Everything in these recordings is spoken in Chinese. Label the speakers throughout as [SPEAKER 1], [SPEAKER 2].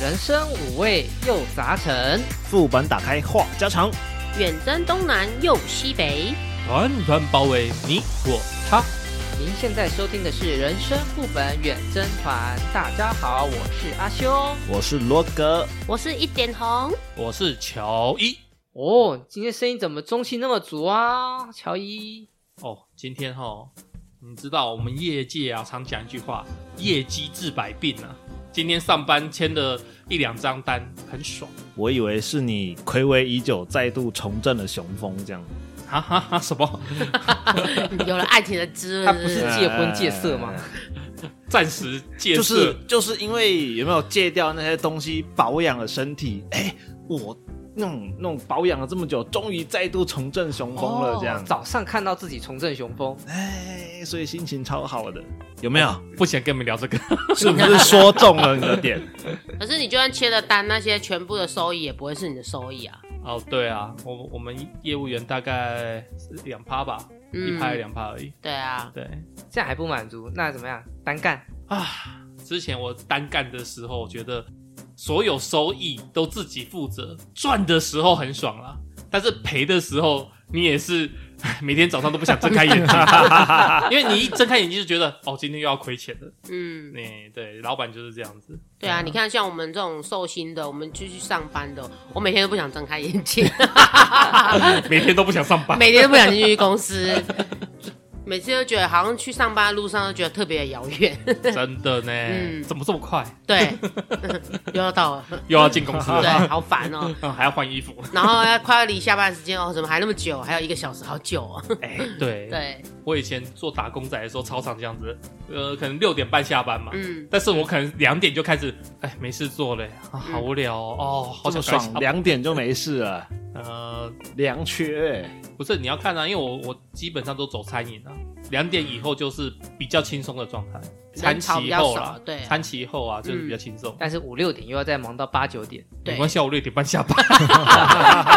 [SPEAKER 1] 人生五味又杂陈，
[SPEAKER 2] 副本打开话家常，
[SPEAKER 3] 远征东南又西北，
[SPEAKER 4] 团团包围你我他。
[SPEAKER 1] 您现在收听的是《人生副本远征团》，大家好，我是阿修。
[SPEAKER 2] 我是罗哥。
[SPEAKER 3] 我是一点红。
[SPEAKER 4] 我是乔伊。
[SPEAKER 1] 哦，今天声音怎么中气那么足啊，乔伊？
[SPEAKER 4] 哦，今天哈，你知道我们业界啊，常讲一句话，业绩治百病啊。今天上班签了一两张单，很爽。
[SPEAKER 2] 我以为是你暌违已久，再度重振了雄风，这样
[SPEAKER 4] 哈哈哈，什么？
[SPEAKER 3] 有了爱情的滋
[SPEAKER 1] 他
[SPEAKER 3] 味，
[SPEAKER 1] 不是戒婚戒色吗？
[SPEAKER 4] 暂时戒
[SPEAKER 2] 就
[SPEAKER 4] 色？
[SPEAKER 2] 是就是因为有没有戒掉那些东西，保养了身体？哎、我那种那种保养了这么久，终于再度重振雄风了，这样
[SPEAKER 1] 哦早上看到自己重振雄风，
[SPEAKER 2] 哎、所以心情超好的，有没有？
[SPEAKER 4] 不想跟你们聊这个。
[SPEAKER 2] 是不是说中了你的点？
[SPEAKER 3] 可是你就算切了单，那些全部的收益也不会是你的收益啊。
[SPEAKER 4] 哦，对啊，我我们业务员大概两趴吧，
[SPEAKER 3] 嗯
[SPEAKER 4] 一趴两趴而已。
[SPEAKER 3] 对啊，
[SPEAKER 4] 对
[SPEAKER 1] 这样还不满足，那怎么样？单干？
[SPEAKER 4] 啊，之前我单干的时候，我觉得所有收益都自己负责，赚的时候很爽啦，但是赔的时候你也是哎每天早上都不想睁开眼睛，因为你一睁开眼睛就觉得哦，今天又要亏钱了。
[SPEAKER 3] 嗯，
[SPEAKER 4] 那对，老板就是这样子。
[SPEAKER 3] 对啊，你看像我们这种寿星的，我们就去上班的，我每天都不想睁开眼睛，
[SPEAKER 4] 每天都不想上 班。
[SPEAKER 3] 每天都不想进去公司，每次都觉得好像去上班的路上都觉得特别的遥远。
[SPEAKER 4] 真的呢，
[SPEAKER 3] 嗯
[SPEAKER 4] 怎么这么快
[SPEAKER 3] 对， 又要到了，
[SPEAKER 4] 又要进公司
[SPEAKER 3] 对
[SPEAKER 4] 了？，
[SPEAKER 3] 好烦哦。
[SPEAKER 4] 嗯还要换衣服。
[SPEAKER 3] 然后要快要离下班时间哦，怎么还那么久？还有一个小时，好久哦。
[SPEAKER 2] 哎、
[SPEAKER 4] 对，
[SPEAKER 3] 对，
[SPEAKER 4] 我以前做打工仔的时候，超常这样子，呃，可能六点半下班嘛，
[SPEAKER 3] 嗯，
[SPEAKER 4] 但是我可能两点就开始，哎，没事做嘞，啊，好无聊哦，哦 好
[SPEAKER 2] 这么
[SPEAKER 4] 想
[SPEAKER 2] 爽，
[SPEAKER 4] 凉。
[SPEAKER 2] 两点就没事了，
[SPEAKER 4] 呃，
[SPEAKER 2] 凉缺、哎
[SPEAKER 4] 不是，你要看啊，因为我我基本上都走餐饮啊，两点以后就是比较轻松的状态，餐
[SPEAKER 3] 人潮比
[SPEAKER 4] 期
[SPEAKER 3] 较
[SPEAKER 4] 后
[SPEAKER 3] 少
[SPEAKER 4] 啦，，
[SPEAKER 3] 对啊，
[SPEAKER 4] 餐期后啊，就是比较轻松。
[SPEAKER 1] 但是五六点又要再忙到八九点，
[SPEAKER 3] 对
[SPEAKER 4] 没关系啊，我六点半下班。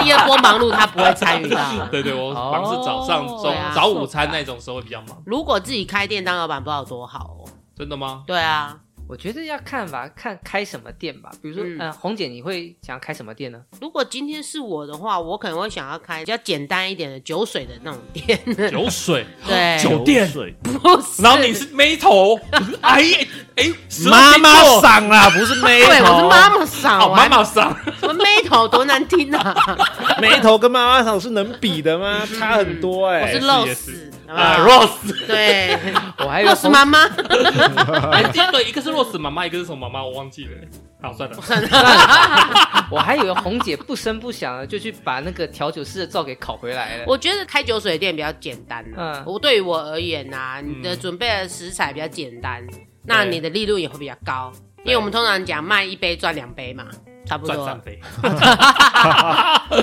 [SPEAKER 3] 第二波忙碌他不会参与 到。
[SPEAKER 4] 对对，我忙是早上
[SPEAKER 1] 哦
[SPEAKER 4] 中
[SPEAKER 3] 对啊
[SPEAKER 4] 早午餐那种时候会比较忙。
[SPEAKER 3] 如果自己开店当老板，不知道有多好哦。
[SPEAKER 4] 真 的吗？
[SPEAKER 3] 对啊，
[SPEAKER 1] 我觉得要看吧，看开什么店吧。比如说，
[SPEAKER 3] 嗯
[SPEAKER 1] 呃，红姐，你会想要开什么店呢？
[SPEAKER 3] 如果今天是我的话，我可能会想要开比较简单一点的酒水的那种 店。
[SPEAKER 4] 酒水，
[SPEAKER 3] 对，
[SPEAKER 4] 哦酒店
[SPEAKER 2] 哎水
[SPEAKER 3] 不是
[SPEAKER 4] 然后你是眉头， 哎呀，哎，十二
[SPEAKER 2] 妈
[SPEAKER 4] 星座
[SPEAKER 2] 妈嗓啦，不是妹头，
[SPEAKER 3] 对，我是妈妈嗓，
[SPEAKER 4] 哦，
[SPEAKER 3] 我
[SPEAKER 4] 妈
[SPEAKER 3] 还啊
[SPEAKER 4] 妈桑，
[SPEAKER 3] 什么妹头多难听 啊！
[SPEAKER 2] 眉头跟妈妈嗓是能比的 吗？差很多哎、
[SPEAKER 3] 我是
[SPEAKER 4] 是
[SPEAKER 3] Rose，好不
[SPEAKER 4] 啊
[SPEAKER 3] 好
[SPEAKER 4] ，Rose，
[SPEAKER 3] 对
[SPEAKER 1] 我还有
[SPEAKER 3] ，Rose
[SPEAKER 1] 红
[SPEAKER 3] 妈妈，
[SPEAKER 4] 哎，对，一个是 Rose 妈妈，一个是什么妈妈，我忘记了。好，算了，
[SPEAKER 1] 我还以为红姐不声不响的就去把那个调酒师的照给考回来了。
[SPEAKER 3] 我觉得开酒水店比较简单啊。
[SPEAKER 1] 嗯
[SPEAKER 3] 我对于我而言呐，你的
[SPEAKER 4] 嗯
[SPEAKER 3] 准备的食材比较简单，那
[SPEAKER 4] 对
[SPEAKER 3] 你的利润也会比较高，因
[SPEAKER 4] 对
[SPEAKER 3] 为我们通常讲卖一杯赚两杯嘛，差不
[SPEAKER 4] 转
[SPEAKER 3] 多
[SPEAKER 4] 三。杯。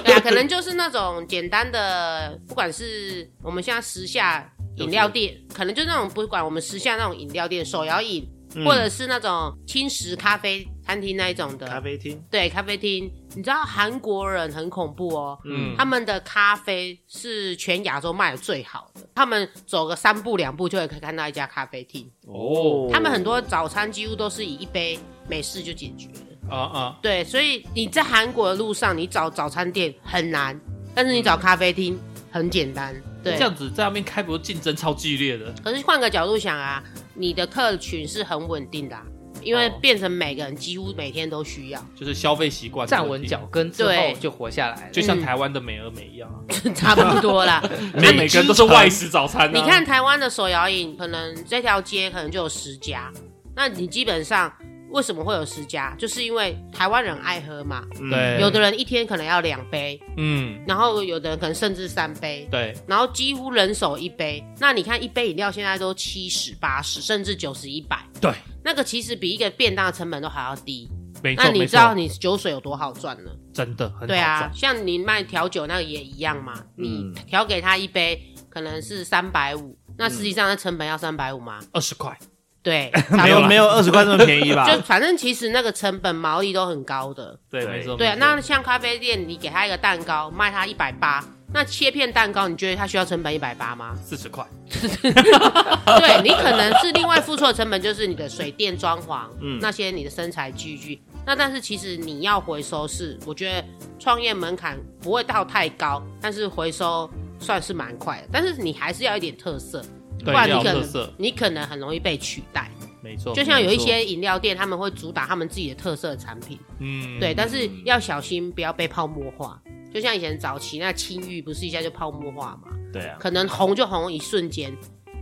[SPEAKER 3] 对啊，可能就是那种简单的，不管是我们现在时下饮料店，可能就那种不管我们时下那种饮料店手摇饮，
[SPEAKER 4] 嗯
[SPEAKER 3] 或者是那种轻食咖啡餐厅那一种
[SPEAKER 2] 咖
[SPEAKER 3] 的，
[SPEAKER 2] 啡厅，
[SPEAKER 3] 对咖啡厅。你知道韩国人很恐怖哦，
[SPEAKER 2] 嗯
[SPEAKER 4] 嗯，
[SPEAKER 3] 他们的咖啡是全亚洲卖的最好的，他们走个三步两步就可以看到一家咖啡厅。
[SPEAKER 4] 哦
[SPEAKER 3] 他们很多早餐几乎都是以一杯美式就解决了。
[SPEAKER 4] 啊啊，
[SPEAKER 3] 对，所以你在韩国的路上，你找早餐店很难，但是你找咖啡厅很简单。对
[SPEAKER 4] 这，样子在那边开，不是竞争超激烈的？
[SPEAKER 3] 可是换个角度想啊，你的客群是很稳定的啊、因为
[SPEAKER 4] 哦
[SPEAKER 3] 变成每个人几乎每天都需要，
[SPEAKER 4] 就是消费习惯
[SPEAKER 1] 站稳脚，跟之后
[SPEAKER 3] 对
[SPEAKER 1] 就活下来了。
[SPEAKER 4] 就像台湾的美而美一样啊，
[SPEAKER 3] 差不多啦。
[SPEAKER 4] 每每个人都是外食早餐啊。
[SPEAKER 3] 嗯你看台湾的手摇饮，可能这条街可能就有十家，那你基本上为什么会有十家？就是因为台湾人爱喝嘛，
[SPEAKER 2] 嗯
[SPEAKER 4] 对
[SPEAKER 3] 有的人一天可能要两杯，
[SPEAKER 4] 嗯，
[SPEAKER 3] 然后有的人可能甚至三杯，
[SPEAKER 4] 对，
[SPEAKER 3] 然后几乎人手一杯。那你看一杯饮料现在都七十、八十，甚至九十、一百，
[SPEAKER 4] 对，
[SPEAKER 3] 那个其实比一个便当的成本都还要低。
[SPEAKER 4] 没错，
[SPEAKER 3] 那你
[SPEAKER 4] 没
[SPEAKER 3] 知道
[SPEAKER 4] 错，
[SPEAKER 3] 你酒水有多好赚呢？
[SPEAKER 4] 真的很好
[SPEAKER 3] 对啊
[SPEAKER 4] 赚，，
[SPEAKER 3] 像你卖调酒那个也一样嘛，你
[SPEAKER 2] 嗯
[SPEAKER 3] 调给他一杯可能是三百五，那实际上那成本要三百五吗？
[SPEAKER 4] 二十块，
[SPEAKER 3] 对，
[SPEAKER 2] 没有没
[SPEAKER 3] 有。
[SPEAKER 2] 有二十块这么 便宜吧？
[SPEAKER 3] 就反正其实那个成本毛利都很高的，
[SPEAKER 4] 对，
[SPEAKER 2] 对
[SPEAKER 4] 没错，
[SPEAKER 3] 对啊。
[SPEAKER 4] 嗯没错
[SPEAKER 3] 那像咖啡店，你给他一个蛋糕，卖他一百八，那切片蛋糕，你觉得他需要成本一百八吗？
[SPEAKER 4] 四十块，
[SPEAKER 3] 对你可能是另外付出的成本，就是你的水电装潢，
[SPEAKER 2] 嗯
[SPEAKER 3] 那些你的身材器具，那但是其实你要回收是，我觉得创业门槛不会到太高，但是回收算是蛮快的，但是你还是要一点特色，不
[SPEAKER 4] 对，
[SPEAKER 3] 然你
[SPEAKER 4] 要
[SPEAKER 3] 可
[SPEAKER 4] 特
[SPEAKER 3] 能
[SPEAKER 4] 色，
[SPEAKER 3] 你可能很容易被取代。
[SPEAKER 4] 没错。
[SPEAKER 3] 就像有一
[SPEAKER 4] 哦没错，
[SPEAKER 3] 些饮料店，他们会主打他们自己的特色产品，
[SPEAKER 4] 嗯，
[SPEAKER 3] 对，但是要小心不要被泡沫化。就像以前早期那青玉不是一下就泡沫化嘛，
[SPEAKER 2] 对啊，
[SPEAKER 3] 可能红就红一瞬间，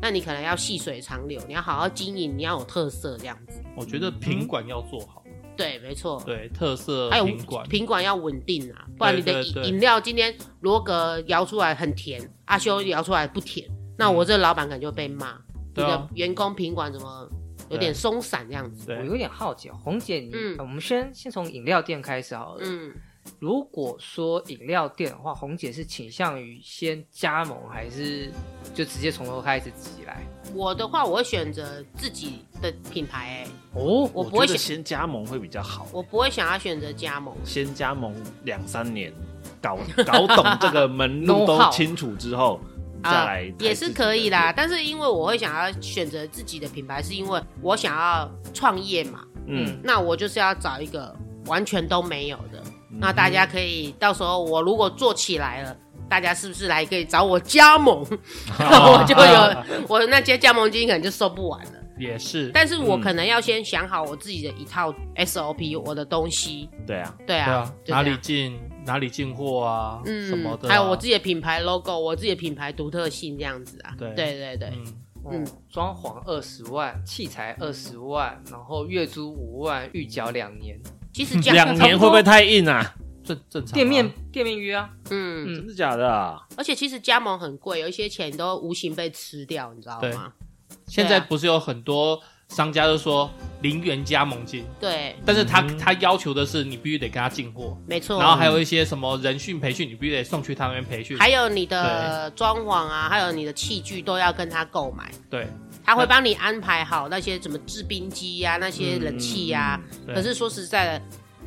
[SPEAKER 3] 那你可能要细水长流，你要好好经营，你要有特色这样子。
[SPEAKER 4] 我觉得品管要做好，
[SPEAKER 3] 对，没错。
[SPEAKER 4] 对，特色
[SPEAKER 3] 嗯还有
[SPEAKER 4] 品管，
[SPEAKER 3] 品管要稳定啊，不然你的
[SPEAKER 4] 对对对
[SPEAKER 3] 饮料今天罗格摇出来很甜，阿修摇出来不甜，那我这老板可能就被骂。你
[SPEAKER 4] 嗯对啊
[SPEAKER 3] 的员工品管怎么有点松散这样子？
[SPEAKER 1] 我
[SPEAKER 4] 对，
[SPEAKER 1] 有点好奇，啊红姐，你、
[SPEAKER 3] 嗯
[SPEAKER 1] 我们先先从饮料店开始好了。
[SPEAKER 3] 嗯，
[SPEAKER 1] 如果说饮料店的话，红姐是倾向于先加盟，还是就直接从头开始自己来？
[SPEAKER 3] 我的话我会选择自己的品牌、欸，
[SPEAKER 1] 哦，
[SPEAKER 3] 我
[SPEAKER 2] 我
[SPEAKER 3] 不会
[SPEAKER 2] 觉
[SPEAKER 3] 想
[SPEAKER 2] 得先加盟会比较好，
[SPEAKER 3] 我不会想要选择加盟。
[SPEAKER 2] 先加盟两三年，搞 搞懂这个门路
[SPEAKER 1] Know
[SPEAKER 2] 都
[SPEAKER 1] how
[SPEAKER 2] 清楚之后，再
[SPEAKER 3] 啊
[SPEAKER 2] 来
[SPEAKER 3] 也是可以啦，。但是因为我会想要选择自己的品牌，是因为我想要创业嘛，
[SPEAKER 2] 嗯，
[SPEAKER 3] 那我就是要找一个完全都没有的。嗯那大
[SPEAKER 4] 嗯
[SPEAKER 3] 家可以到时候我如果做起来了，大家是不是来可以找我加 盟？我就
[SPEAKER 4] 啊
[SPEAKER 3] 有我那些加盟金可能就收不完了。
[SPEAKER 4] 也是，
[SPEAKER 3] 但是我可能要先想好我自己的一套 SOP，我的东西。
[SPEAKER 2] 对啊，
[SPEAKER 3] 对
[SPEAKER 4] 对
[SPEAKER 3] 啊
[SPEAKER 4] 啊，，
[SPEAKER 3] 就这
[SPEAKER 4] 哪
[SPEAKER 3] 样嗯
[SPEAKER 4] 里进哪里进货啊，什么的啊，
[SPEAKER 3] 还有我自己的品牌 logo，我自己的品牌独特性这样子啊。
[SPEAKER 4] 对
[SPEAKER 3] 对对对，
[SPEAKER 4] 嗯，
[SPEAKER 1] 嗯，装潢二十万，器材二十万，然后月租五万，预缴两年，
[SPEAKER 3] 其实加
[SPEAKER 2] 两年会不会太硬啊？
[SPEAKER 4] 正正常啊
[SPEAKER 1] 店面店面约啊，
[SPEAKER 3] 嗯
[SPEAKER 1] 嗯
[SPEAKER 2] 真的假的啊？
[SPEAKER 3] 而且其实加盟很贵，有一些钱都无形被吃掉，你知道吗？
[SPEAKER 4] 现
[SPEAKER 3] 啊
[SPEAKER 4] 在不是有很多商家都说零元加盟金，
[SPEAKER 3] 对，
[SPEAKER 4] 但是他
[SPEAKER 2] 嗯
[SPEAKER 4] 他要求的是你必须得跟他进货，
[SPEAKER 3] 没错。
[SPEAKER 4] 然后还有一些什么人训培训，你必须得送去他那边培训，
[SPEAKER 3] 还有你的装潢啊，还有你的器具都要跟他购买，
[SPEAKER 4] 对，
[SPEAKER 3] 他会帮你安排好那些什么制冰机呀、那些冷气啊呀、
[SPEAKER 4] 嗯
[SPEAKER 2] 嗯
[SPEAKER 4] 对
[SPEAKER 3] 可是说实在的，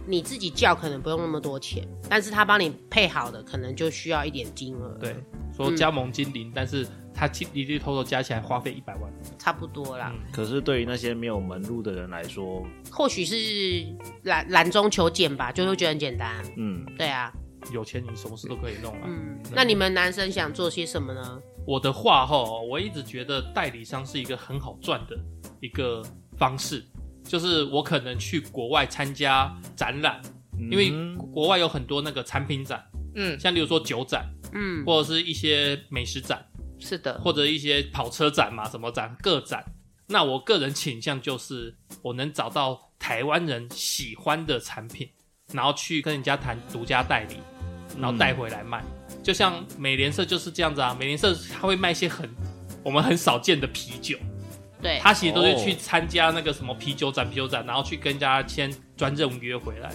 [SPEAKER 3] 你自己叫可能不用那么多钱，但是他帮你配好的，可能就需要一点金额，
[SPEAKER 4] 对，说加盟金零，但是他其一律偷偷加起来花费一百万，
[SPEAKER 3] 差不多啦。
[SPEAKER 4] 嗯
[SPEAKER 2] 可是对于那些没有门路的人来说，
[SPEAKER 3] 或许是懒懒中求简吧，就会觉得很简单。
[SPEAKER 2] 嗯，
[SPEAKER 3] 对啊，
[SPEAKER 4] 有钱你什么事都可以弄啊。
[SPEAKER 3] 嗯，
[SPEAKER 4] 对
[SPEAKER 3] 那你们男生想做些什么呢？
[SPEAKER 4] 我的话哈，我一直觉得代理商是一个很好赚的一个方式，就是我可能去国外参加展览，因为
[SPEAKER 2] 嗯
[SPEAKER 4] 国外有很多那个产品展，
[SPEAKER 1] 嗯，
[SPEAKER 4] 像例如说酒展，
[SPEAKER 3] 嗯，
[SPEAKER 4] 或者是一些美食展，
[SPEAKER 1] 是的，
[SPEAKER 4] 或者一些跑车展嘛，什么展各展。那我个人倾向就是，我能找到台湾人喜欢的产品，然后去跟人家谈独家代理，然后带回来卖。就像美联社就是这样子啊，美联社它会卖一些很我们很少见的啤酒，
[SPEAKER 3] 对，
[SPEAKER 4] 它其实都是
[SPEAKER 2] 哦
[SPEAKER 4] 去参加那个什么啤酒展、啤酒展，然后去跟人家签专任约回来。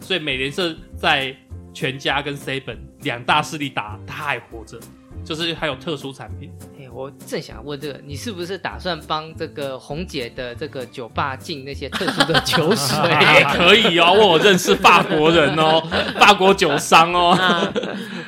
[SPEAKER 4] 所以美联社在全家跟 seven 两大势力打，它还活着，就是还有特殊产品。
[SPEAKER 1] 哎，我正想问这个，你是不是打算帮这个红姐的这个酒吧进那些特殊的酒 水？
[SPEAKER 4] 也可以哦，问我认识法国 人哦，法国酒商哦，
[SPEAKER 3] 啊，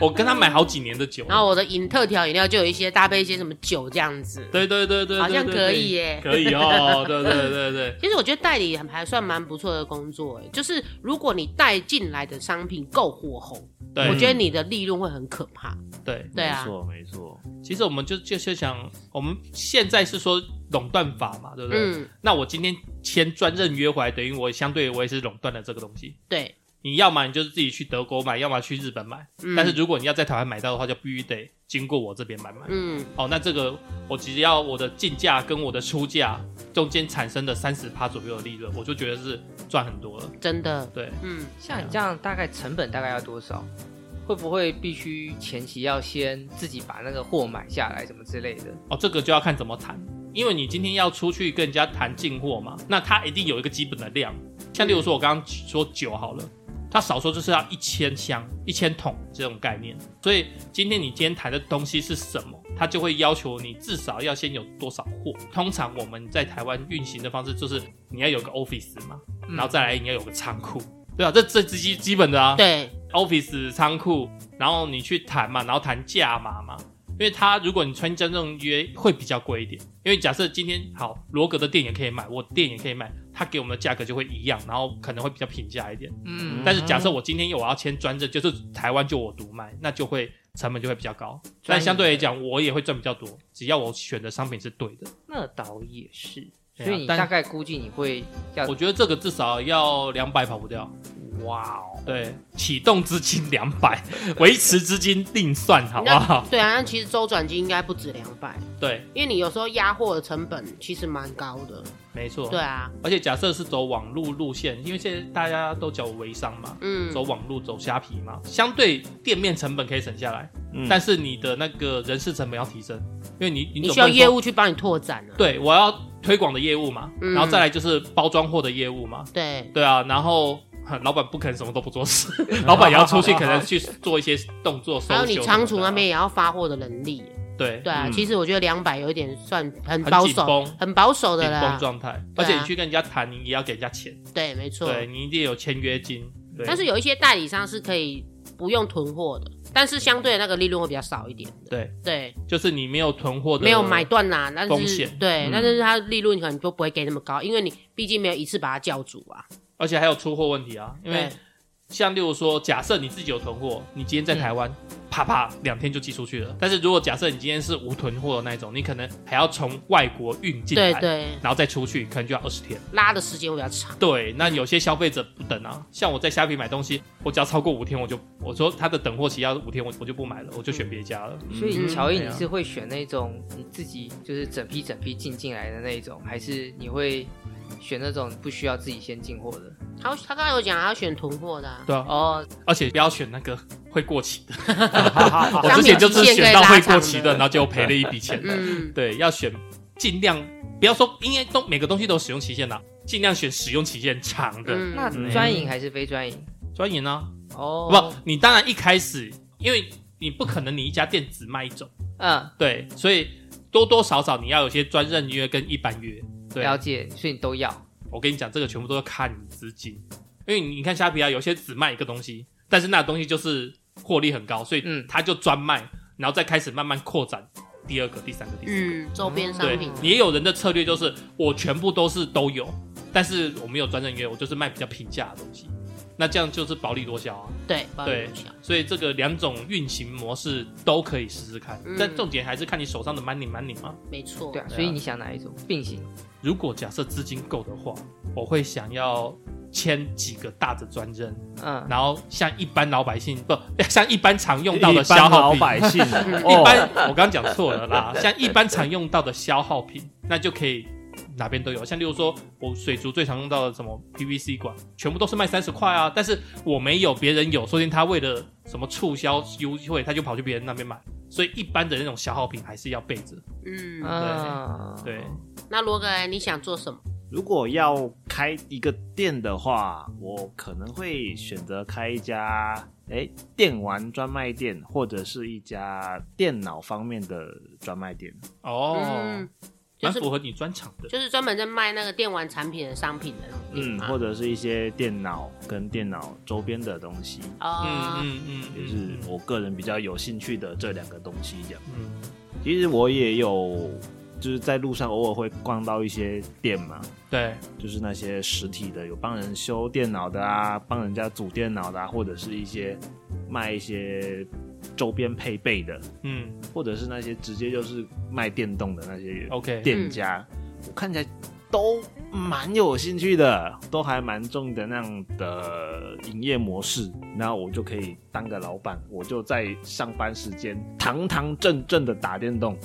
[SPEAKER 4] 我跟他买好几年的酒。
[SPEAKER 3] 然后我的饮特调饮料就有一些搭配一些什么酒这样子。
[SPEAKER 4] 对对对对，对
[SPEAKER 3] 好像
[SPEAKER 4] 对
[SPEAKER 3] 可
[SPEAKER 4] 对
[SPEAKER 3] 以耶
[SPEAKER 4] 可以 哦，对对对对，
[SPEAKER 3] 其实我觉得代理还算蛮不错的工作，哎就是如果你带进来的商品够火红，
[SPEAKER 4] 对
[SPEAKER 3] 我觉得你的利润会很可怕。
[SPEAKER 4] 对。
[SPEAKER 3] 对啊
[SPEAKER 2] 没，错没错，
[SPEAKER 4] 其实我们就就是想，我们现在是说垄断法嘛，对不对？
[SPEAKER 3] 嗯，
[SPEAKER 4] 那我今天签专任约回来，等于我相对我也是垄断了这个东西。
[SPEAKER 3] 对，
[SPEAKER 4] 你要么你就是自己去德国买，要么去日本买。
[SPEAKER 3] 嗯
[SPEAKER 4] 但是如果你要在台湾买到的话，就必须得经过我这边买卖。
[SPEAKER 3] 嗯，
[SPEAKER 4] 哦，那这个我只要我的进价跟我的出价中间产生的三十趴左右的利润，我就觉得是赚很多了。
[SPEAKER 3] 真的，
[SPEAKER 4] 对，
[SPEAKER 3] 嗯，
[SPEAKER 1] 像你这样，大概成本大概要多少？会不会必须前期要先自己把那个货买下来，什么之类的？
[SPEAKER 4] 哦，这个就要看怎么谈，因为你今天要出去跟人家谈进货嘛，那他一定有一个基本的量。像例如说，我刚刚说酒好了，他少说就是要一千箱、一千桶这种概念。所以今天你今天谈的东西是什么，他就会要求你至少要先有多少货。通常我们在台湾运行的方式就是你要有个 office 嘛，
[SPEAKER 1] 嗯
[SPEAKER 4] 然后再来你要有个仓库，对啊，这这这基基本的啊，
[SPEAKER 3] 对，
[SPEAKER 4] office 仓库，然后你去谈嘛，然后谈价码嘛，因为它如果你穿家政约会比较贵一点，因为假设今天好罗格的店也可以买，我店也可以买，它给我们的价格就会一样，然后可能会比较平价一点。
[SPEAKER 1] 嗯，
[SPEAKER 4] 但是假设我今天我要签专证，就是台湾就我独卖，那就会成本就会比较高，但相对来讲我也会赚比较多，只要我选的商品是对的。
[SPEAKER 1] 那倒也是。
[SPEAKER 4] 对啊
[SPEAKER 1] 所以你
[SPEAKER 4] 但
[SPEAKER 1] 大概估计你会要
[SPEAKER 4] 我觉得这个至少要两百跑不掉。
[SPEAKER 1] 哇哦，
[SPEAKER 4] 对，启动资金两百，维持资金另算，好不好？
[SPEAKER 3] 对啊，那其实周转金应该不止两百，
[SPEAKER 4] 对，
[SPEAKER 3] 因为你有时候压货的成本其实蛮高的。
[SPEAKER 4] 没错。
[SPEAKER 3] 对，啊，
[SPEAKER 4] 而且假设是走网路路线，因为现在大家都走微商嘛，
[SPEAKER 3] 嗯，
[SPEAKER 4] 走网路走虾皮嘛，相对店面成本可以省下来，
[SPEAKER 2] 嗯
[SPEAKER 4] 但是你的那个人事成本要提升，因为你你
[SPEAKER 3] 你
[SPEAKER 4] 总
[SPEAKER 3] 需
[SPEAKER 4] 不
[SPEAKER 3] 要
[SPEAKER 4] 能
[SPEAKER 3] 业
[SPEAKER 4] 说
[SPEAKER 3] 务去帮你拓展啊。
[SPEAKER 4] 对，我要推广的业务嘛，
[SPEAKER 3] 嗯
[SPEAKER 4] 然后再来就是包装货的业务嘛，
[SPEAKER 3] 对，
[SPEAKER 4] 对啊，然后哼老板不可能什么都不做事， 老板也要出去，可能去做一些动作，
[SPEAKER 3] 还有你
[SPEAKER 4] social
[SPEAKER 3] 仓
[SPEAKER 4] 什
[SPEAKER 3] 储
[SPEAKER 4] 么的啊
[SPEAKER 3] 那边也要发货的能力。
[SPEAKER 4] 对
[SPEAKER 3] 对啊，
[SPEAKER 2] 嗯
[SPEAKER 3] 其实我觉得两百有一点算很
[SPEAKER 4] 很
[SPEAKER 3] 保
[SPEAKER 4] 紧
[SPEAKER 3] 守，
[SPEAKER 4] 绷
[SPEAKER 3] 很保守的
[SPEAKER 4] 紧绷
[SPEAKER 3] 啦。
[SPEAKER 4] 状态，
[SPEAKER 3] 对
[SPEAKER 4] 而
[SPEAKER 3] 啊
[SPEAKER 4] 且你去跟人家谈，你也要给人家钱，
[SPEAKER 3] 对，没错。
[SPEAKER 4] 对你一定有签约金，对，
[SPEAKER 3] 但是有一些代理商是可以不用囤货的，但是相对的那个利润会比较少一点的。
[SPEAKER 4] 对，
[SPEAKER 3] 对，
[SPEAKER 4] 就是你没有囤货的，
[SPEAKER 3] 没有买断啦，但
[SPEAKER 4] 风
[SPEAKER 3] 是
[SPEAKER 4] 险
[SPEAKER 3] 对
[SPEAKER 2] 嗯，
[SPEAKER 3] 但是它利润可能就不会给那么高，因为你毕竟没有一次把它叫住啊。
[SPEAKER 4] 而且还有出货问题啊，因为
[SPEAKER 3] 对，
[SPEAKER 4] 像例如说，假设你自己有囤货，你今天在台
[SPEAKER 3] 嗯
[SPEAKER 4] 湾，啪啪两天就寄出去了。但是如果假设你今天是无囤货的那一种，你可能还要从外国运进来，
[SPEAKER 3] 对对，
[SPEAKER 4] 然后再出去，可能就要二十天。
[SPEAKER 3] 拉的时间会比较长。
[SPEAKER 4] 对，那有些消费者不等啊，像我在虾皮买东西，我只要超过五天，我就我说他的等货期要五天，我我就不买了，我就选别家了。
[SPEAKER 1] 所以
[SPEAKER 3] 嗯
[SPEAKER 1] 乔伊
[SPEAKER 4] 对
[SPEAKER 1] 你
[SPEAKER 4] 啊
[SPEAKER 1] 是会选那种你自己就是整批整批进进来的那一种，还是你会选那种不需要自己先进货的？
[SPEAKER 3] 他他刚才有讲他要选囤货的、啊，
[SPEAKER 4] 对啊，
[SPEAKER 1] 哦，
[SPEAKER 4] 而且不要选那个会过期的，我
[SPEAKER 3] 商
[SPEAKER 4] 之
[SPEAKER 3] 品
[SPEAKER 4] 前就是
[SPEAKER 3] 期限可以
[SPEAKER 4] 选到
[SPEAKER 3] 拉
[SPEAKER 4] 会
[SPEAKER 3] 长
[SPEAKER 4] 过期的，
[SPEAKER 3] 的
[SPEAKER 4] 然后就赔了一笔钱。
[SPEAKER 3] 嗯，
[SPEAKER 4] 对，要选尽量不要说，应该都每个东西都有使用期限啦，尽量选使用期限长的。
[SPEAKER 3] 嗯
[SPEAKER 1] 那
[SPEAKER 2] 嗯
[SPEAKER 1] 专营还是非专营？
[SPEAKER 4] 专营啊，
[SPEAKER 1] 哦，
[SPEAKER 4] 不，，你当然一开始，因为你不可能你一家店只卖一种，
[SPEAKER 1] 嗯，
[SPEAKER 4] 对，所以多多少少你要有些专任约跟一般约。对，
[SPEAKER 1] 了解，所以你都要。
[SPEAKER 4] 我跟你讲，这个全部都要看你资金，因为你看虾皮啊，有些只卖一个东西，但是那东西就是获利很高，所以
[SPEAKER 1] 嗯
[SPEAKER 4] 他就专卖，然后再开始慢慢扩展第二个、第三个、第四个。
[SPEAKER 3] 嗯，周边商
[SPEAKER 4] 对
[SPEAKER 3] 品，，
[SPEAKER 4] 也有人的策略就是我全部都是都有，但是我没有专任约，我就是卖比较平价的东西。那这样就是薄利多销啊，
[SPEAKER 3] 对，包
[SPEAKER 4] 对
[SPEAKER 3] 邮箱
[SPEAKER 4] 所以这个两种运行模式都可以试试看，
[SPEAKER 3] 嗯
[SPEAKER 4] 但重点还是看你手上的 money money 嘛。
[SPEAKER 3] 没错，
[SPEAKER 1] 对啊，
[SPEAKER 4] 对啊
[SPEAKER 1] 所以你想哪一种并行？
[SPEAKER 4] 如果假设资金够的话，我会想要签几个大的专任，
[SPEAKER 1] 嗯，
[SPEAKER 4] 然后像一般老百姓不像一般常用到的
[SPEAKER 2] 一般
[SPEAKER 4] 消耗
[SPEAKER 2] 老
[SPEAKER 4] 品，
[SPEAKER 2] 百姓，
[SPEAKER 4] 一
[SPEAKER 2] 哦
[SPEAKER 4] 般我刚刚讲错了啦， 像一般常用到的消耗品，那就可以哪边都有。像例如说，我水族最常用到的什么 PVC 管，全部都是卖三十块啊，但是我没有，别人有，说不定他为了什么促销优惠，他就跑去别人那边买。所以一般的那种消耗品还是要备着。
[SPEAKER 3] 嗯，
[SPEAKER 1] 嗯，
[SPEAKER 4] 对，
[SPEAKER 3] 那罗格莱，你想做什么？
[SPEAKER 2] 如果要开一个店的话，我可能会选择开一家诶电玩专卖店，或者是一家电脑方面的专卖店。
[SPEAKER 4] 哦，
[SPEAKER 3] 嗯，就
[SPEAKER 4] 蛮
[SPEAKER 3] 是
[SPEAKER 4] 符合你专场的。
[SPEAKER 3] 就是专门在卖那个电玩产品的商品的那种
[SPEAKER 2] 嗯，
[SPEAKER 3] 店嘛
[SPEAKER 2] 或者是一些电脑跟电脑周边的东西，
[SPEAKER 3] 哦，
[SPEAKER 4] 嗯嗯
[SPEAKER 2] 也
[SPEAKER 4] 嗯，
[SPEAKER 2] 是我个人比较有兴趣的这两个东西。这样，
[SPEAKER 4] 嗯
[SPEAKER 2] 其实我也有就是在路上偶尔会逛到一些店嘛，
[SPEAKER 4] 对，
[SPEAKER 2] 就是那些实体的，有帮人修电脑的啊，帮人家组电脑的啊，或者是一些卖一些周边配备的，
[SPEAKER 4] 嗯
[SPEAKER 2] 或者是那些直接就是卖电动的那些
[SPEAKER 4] ，OK，
[SPEAKER 2] 店家，我看起来都蛮有兴趣的，都还蛮重的那样的营业模式，然后我就可以当个老板，我就在上班时间堂堂正正的打电动，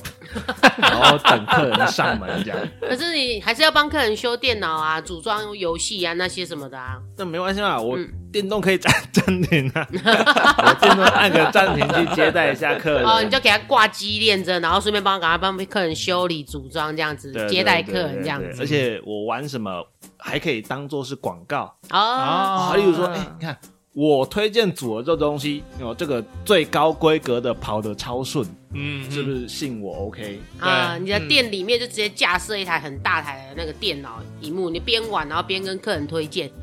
[SPEAKER 2] 然后等客人上门这样。
[SPEAKER 3] 可是你还是要帮客人修电脑啊、组装游戏啊那些什么的啊。
[SPEAKER 2] 那没关系嘛，我
[SPEAKER 3] 嗯
[SPEAKER 2] 电动可以暂暂停 啊，我电动按个暂停去接待一下客人。
[SPEAKER 3] 哦，你就给他挂机链着，然后顺便帮赶快帮客人修理、组装这样子
[SPEAKER 2] 对，对
[SPEAKER 3] 接待客人这样
[SPEAKER 2] 对对
[SPEAKER 3] 子。
[SPEAKER 2] 而且我玩什么还可以当做是广告
[SPEAKER 3] 哦，
[SPEAKER 4] 啊
[SPEAKER 2] 啊，例如说，
[SPEAKER 1] 啊
[SPEAKER 2] 哎、你看我推荐组合这东西，有这个最高规格的跑得超顺，
[SPEAKER 4] 嗯，
[SPEAKER 2] 是不是信我 OK？
[SPEAKER 3] 啊，
[SPEAKER 4] 对
[SPEAKER 3] 你的
[SPEAKER 1] 嗯
[SPEAKER 3] 店里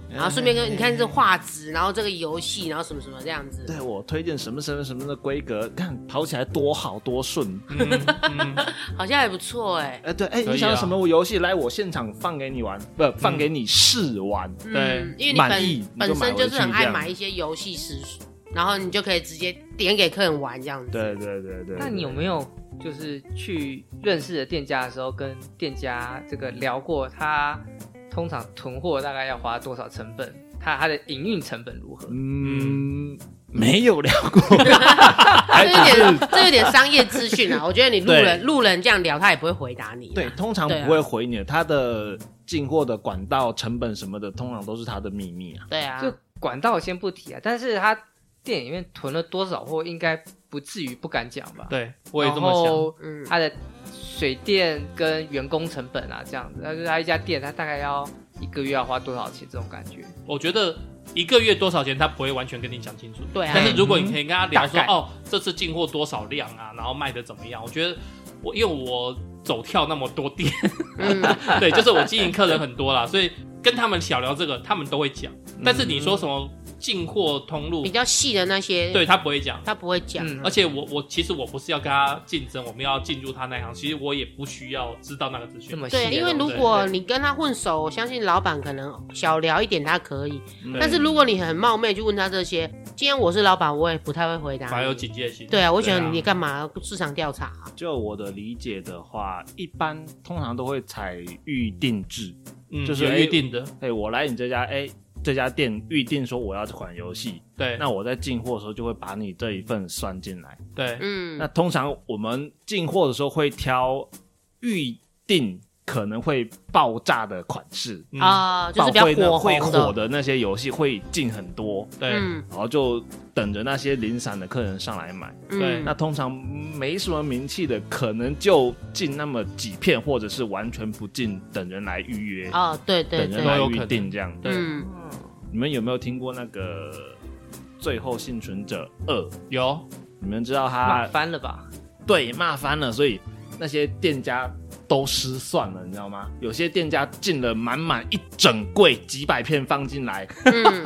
[SPEAKER 3] 然后顺便跟你看这画质，然后这个游戏，然后什么什么这样子。
[SPEAKER 2] 对我推荐什么什么什么的规格，看跑起来多好多顺。
[SPEAKER 4] 嗯嗯
[SPEAKER 3] 好像还不错哎、
[SPEAKER 2] 哎，对，哎，
[SPEAKER 4] 可以啊
[SPEAKER 2] 你想要什么游戏？来，我现场放给你玩，不放给你试玩。
[SPEAKER 4] 对
[SPEAKER 3] 嗯，因为你
[SPEAKER 2] 满意
[SPEAKER 3] 本
[SPEAKER 2] 你就
[SPEAKER 3] 本
[SPEAKER 2] 买
[SPEAKER 3] 身
[SPEAKER 2] 回
[SPEAKER 3] 就是很
[SPEAKER 2] 去
[SPEAKER 3] 爱
[SPEAKER 2] 这样
[SPEAKER 3] 买一些游戏时，然后你就可以直接点给客人玩这样子。
[SPEAKER 2] 对对对对。
[SPEAKER 1] 那你有没有就是去认识的店家的时候，跟店家这个聊过，他通常囤货大概要花多少成本？他他的营运成本如何？
[SPEAKER 2] 嗯，没有聊过，还
[SPEAKER 3] 这有
[SPEAKER 2] 只是
[SPEAKER 3] 点，这有点商业资讯啊！我觉得你路
[SPEAKER 2] 对
[SPEAKER 3] 人路人这样聊，他也不会回答你。
[SPEAKER 2] 对，，通常
[SPEAKER 3] 对啊
[SPEAKER 2] 不会回你的，他的进货的管道、成本什么的，通常都是他的秘密啊。
[SPEAKER 3] 对啊，
[SPEAKER 1] 就管道先不提啊，但是他店里面囤了多少货，应该不至于不敢讲吧？
[SPEAKER 4] 对，我也这
[SPEAKER 1] 然
[SPEAKER 4] 么想。
[SPEAKER 1] 后
[SPEAKER 3] 嗯，
[SPEAKER 1] 他的水电跟员工成本啊，这样子，那就是他一家店，他大概要一个月要花多少钱？这种感觉，
[SPEAKER 4] 我觉得一个月多少钱，他不会完全跟你讲清楚。
[SPEAKER 3] 对啊
[SPEAKER 4] 但是如果你可以跟他聊说，
[SPEAKER 1] 大概
[SPEAKER 4] 哦，这次进货多少量啊，然后卖的怎么样？我觉得我因为我走跳那么多店，
[SPEAKER 3] 嗯，
[SPEAKER 4] 对，就是我经营客人很多啦，所以跟他们小聊这个，他们都会讲。但是你说什么进货通路
[SPEAKER 3] 比，较细的那些，
[SPEAKER 4] 对，他不会讲。
[SPEAKER 3] 他不会讲。
[SPEAKER 1] 嗯
[SPEAKER 4] 而且我我其实我不是要跟他竞争，我们要进入他那行，其实我也不需要知道那个资
[SPEAKER 1] 这
[SPEAKER 4] 讯。
[SPEAKER 1] 么细的
[SPEAKER 3] 对，
[SPEAKER 1] 东西，
[SPEAKER 3] 因为如果你跟他混熟，我相信老板可能小聊一点他可以，但是如果你很冒昧去问他这些，今天我是老板，我也不太会回答你。
[SPEAKER 4] 反而有警戒心。
[SPEAKER 3] 对啊，我觉
[SPEAKER 4] 对
[SPEAKER 3] 得
[SPEAKER 4] 啊
[SPEAKER 3] 你干嘛市场调查啊？
[SPEAKER 2] 就我的理解的话，一般通常都会采预定制。
[SPEAKER 4] 嗯，
[SPEAKER 2] 就是
[SPEAKER 4] 有
[SPEAKER 2] 因为
[SPEAKER 4] 预定的，
[SPEAKER 2] 哎，我来你这家，哎，这家店预定说我要这款游戏，
[SPEAKER 4] 对
[SPEAKER 2] 那我在进货的时候就会把你这一份算进来。
[SPEAKER 4] 对，
[SPEAKER 3] 嗯
[SPEAKER 2] 那，通常我们进货的时候会挑预定可能会爆炸的款式，
[SPEAKER 4] 嗯
[SPEAKER 3] 啊，就是比
[SPEAKER 2] 爆会
[SPEAKER 3] 较
[SPEAKER 2] 那
[SPEAKER 3] 火
[SPEAKER 2] 会
[SPEAKER 3] 红的
[SPEAKER 2] 火，的那些游戏会进很多。
[SPEAKER 4] 对，
[SPEAKER 3] 嗯
[SPEAKER 2] 然后就等着那些零散的客人上来买。
[SPEAKER 4] 对
[SPEAKER 2] 那
[SPEAKER 3] 嗯，
[SPEAKER 2] 通常没什么名气的，可能就进那么几片，或者是完全不进，等人来预约，
[SPEAKER 3] 哦，对对
[SPEAKER 2] 等人
[SPEAKER 4] 都
[SPEAKER 2] 来
[SPEAKER 3] 对，
[SPEAKER 4] 有可
[SPEAKER 2] 预
[SPEAKER 4] 能
[SPEAKER 2] 定这样。
[SPEAKER 4] 对
[SPEAKER 3] 嗯，
[SPEAKER 1] 嗯
[SPEAKER 2] 你们有没有听过那个《最后幸存者二》？
[SPEAKER 4] 有
[SPEAKER 2] 你们知道
[SPEAKER 1] 骂
[SPEAKER 2] 他
[SPEAKER 1] 翻了吧？
[SPEAKER 2] 对骂翻了，所以那些店家都失算了，你知道吗？有些店家进了满满一整柜几百片放进来，
[SPEAKER 3] 嗯，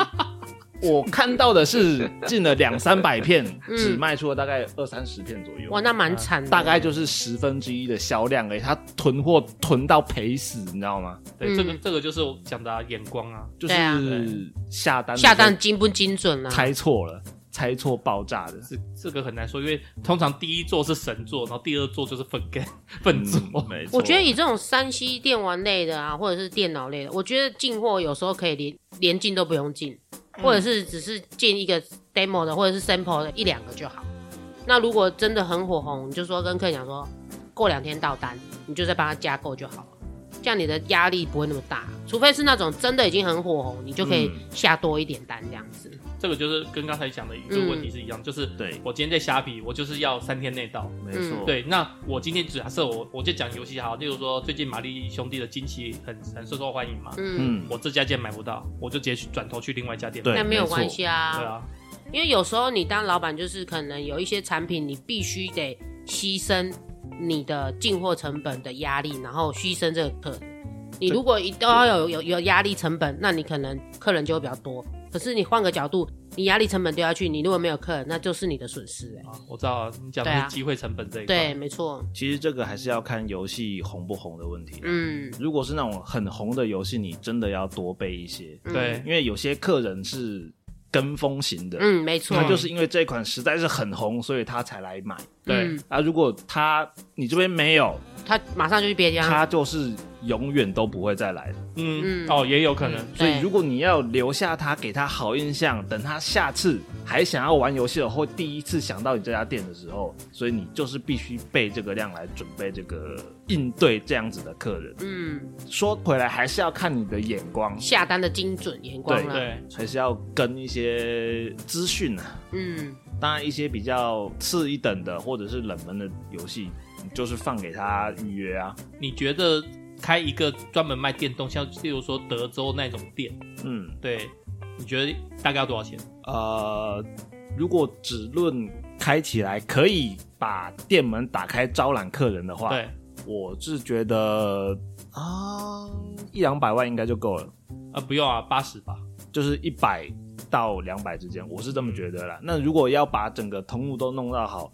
[SPEAKER 2] 我看到的是进了两三百片，
[SPEAKER 3] 嗯
[SPEAKER 2] 只卖出了大概二三十片左右。
[SPEAKER 3] 哇，那蛮惨 的，
[SPEAKER 2] 大概就是十分之一的销量而已，他囤货囤到赔死，你知道吗？
[SPEAKER 4] 对，
[SPEAKER 3] 嗯
[SPEAKER 4] 这个这个就是我讲的啊眼光啊，
[SPEAKER 2] 就
[SPEAKER 3] 对啊
[SPEAKER 2] 是下单的时候
[SPEAKER 3] 下单精不精准啊？
[SPEAKER 2] 猜错了，猜错爆炸的。
[SPEAKER 4] 这这个很难说，因为通常第一座是神作，然后第二座就是粪干粪作。
[SPEAKER 2] 嗯没错
[SPEAKER 3] 我觉得以这种山西电玩类的啊，或者是电脑类的，我觉得进货有时候可以连连进都不用进，或者是只是进一个 demo 的，或者是 sample 的一两个就好。那如果真的很火红，你就说跟客人讲说，过两天到单，你就再帮他加购就好了，这样你的压力不会那么大。除非是那种真的已经很火红，你就可以
[SPEAKER 2] 嗯
[SPEAKER 3] 下多一点单这样子。
[SPEAKER 4] 这个就是跟刚才讲的一个
[SPEAKER 3] 嗯
[SPEAKER 4] 问题是一样，就是
[SPEAKER 2] 对，
[SPEAKER 4] 我今天在虾皮，我就是要三天内到。
[SPEAKER 2] 没
[SPEAKER 3] 嗯
[SPEAKER 2] 错，，
[SPEAKER 4] 对，那我今天假设我我就讲游戏哈，例如说最近玛丽兄弟的惊奇很很受受欢迎嘛，
[SPEAKER 3] 嗯，
[SPEAKER 2] 嗯，
[SPEAKER 4] 我这家店买不到，我就直接去转头去另外一家店买。
[SPEAKER 2] 对
[SPEAKER 3] 那没有关系啊。
[SPEAKER 4] 对啊，
[SPEAKER 3] 因为有时候你当老板，就是可能有一些产品，你必须得牺牲你的进货成本的压力，然后牺牲这个客人。你如果一都要有有有压力成本，那你可能客人就会比较多。可是你换个角度，你压力成本丢下去，你如果没有客人，那就是你的损失、欸。
[SPEAKER 4] 啊我知道啊你讲的
[SPEAKER 3] 对
[SPEAKER 4] 是
[SPEAKER 3] 啊
[SPEAKER 4] 机会成本这一块。
[SPEAKER 3] 对，没错，
[SPEAKER 2] 其实这个还是要看游戏红不红的问题。
[SPEAKER 3] 嗯，
[SPEAKER 2] 如果是那种很红的游戏，你真的要多备一些，
[SPEAKER 3] 嗯，
[SPEAKER 4] 对
[SPEAKER 2] 因为有些客人是跟风型的，
[SPEAKER 3] 嗯，没错
[SPEAKER 2] 他，就是因为这款实在是很红，所以他才来买。
[SPEAKER 4] 对
[SPEAKER 3] 嗯，
[SPEAKER 2] 啊，如果他你这边没有，
[SPEAKER 3] 他马上就去别家，
[SPEAKER 2] 他就是永远都不会再来的。
[SPEAKER 4] 嗯
[SPEAKER 3] 嗯
[SPEAKER 4] 哦也有可能。
[SPEAKER 3] 嗯
[SPEAKER 2] 所以
[SPEAKER 3] 对
[SPEAKER 2] 如果你要留下他，给他好印象，等他下次还想要玩游戏的或第一次想到你这家店的时候，所以你就是必须备这个量来准备这个应对这样子的客人。
[SPEAKER 3] 嗯，
[SPEAKER 2] 说回来，还是要看你的眼光，
[SPEAKER 3] 下单的精准眼光了，
[SPEAKER 4] 对，
[SPEAKER 2] 还是要跟一些资讯啊。
[SPEAKER 3] 嗯，
[SPEAKER 2] 当然，一些比较次一等的或者是冷门的游戏，你就是放给他预约啊。
[SPEAKER 4] 你觉得开一个专门卖电动，像例如说德州那种店，
[SPEAKER 2] 嗯，
[SPEAKER 4] 对，你觉得大概要多少钱？
[SPEAKER 2] 呃，如果只论开起来可以把店门打开招揽客人的话，
[SPEAKER 4] 对，
[SPEAKER 2] 我是觉得啊、一两百万应该就够了。
[SPEAKER 4] 啊，不用啊，八十吧。
[SPEAKER 2] 就是一百到两百之间，我是这么觉得
[SPEAKER 4] 嗯
[SPEAKER 2] 啦。那如果要把整个通路都弄到好，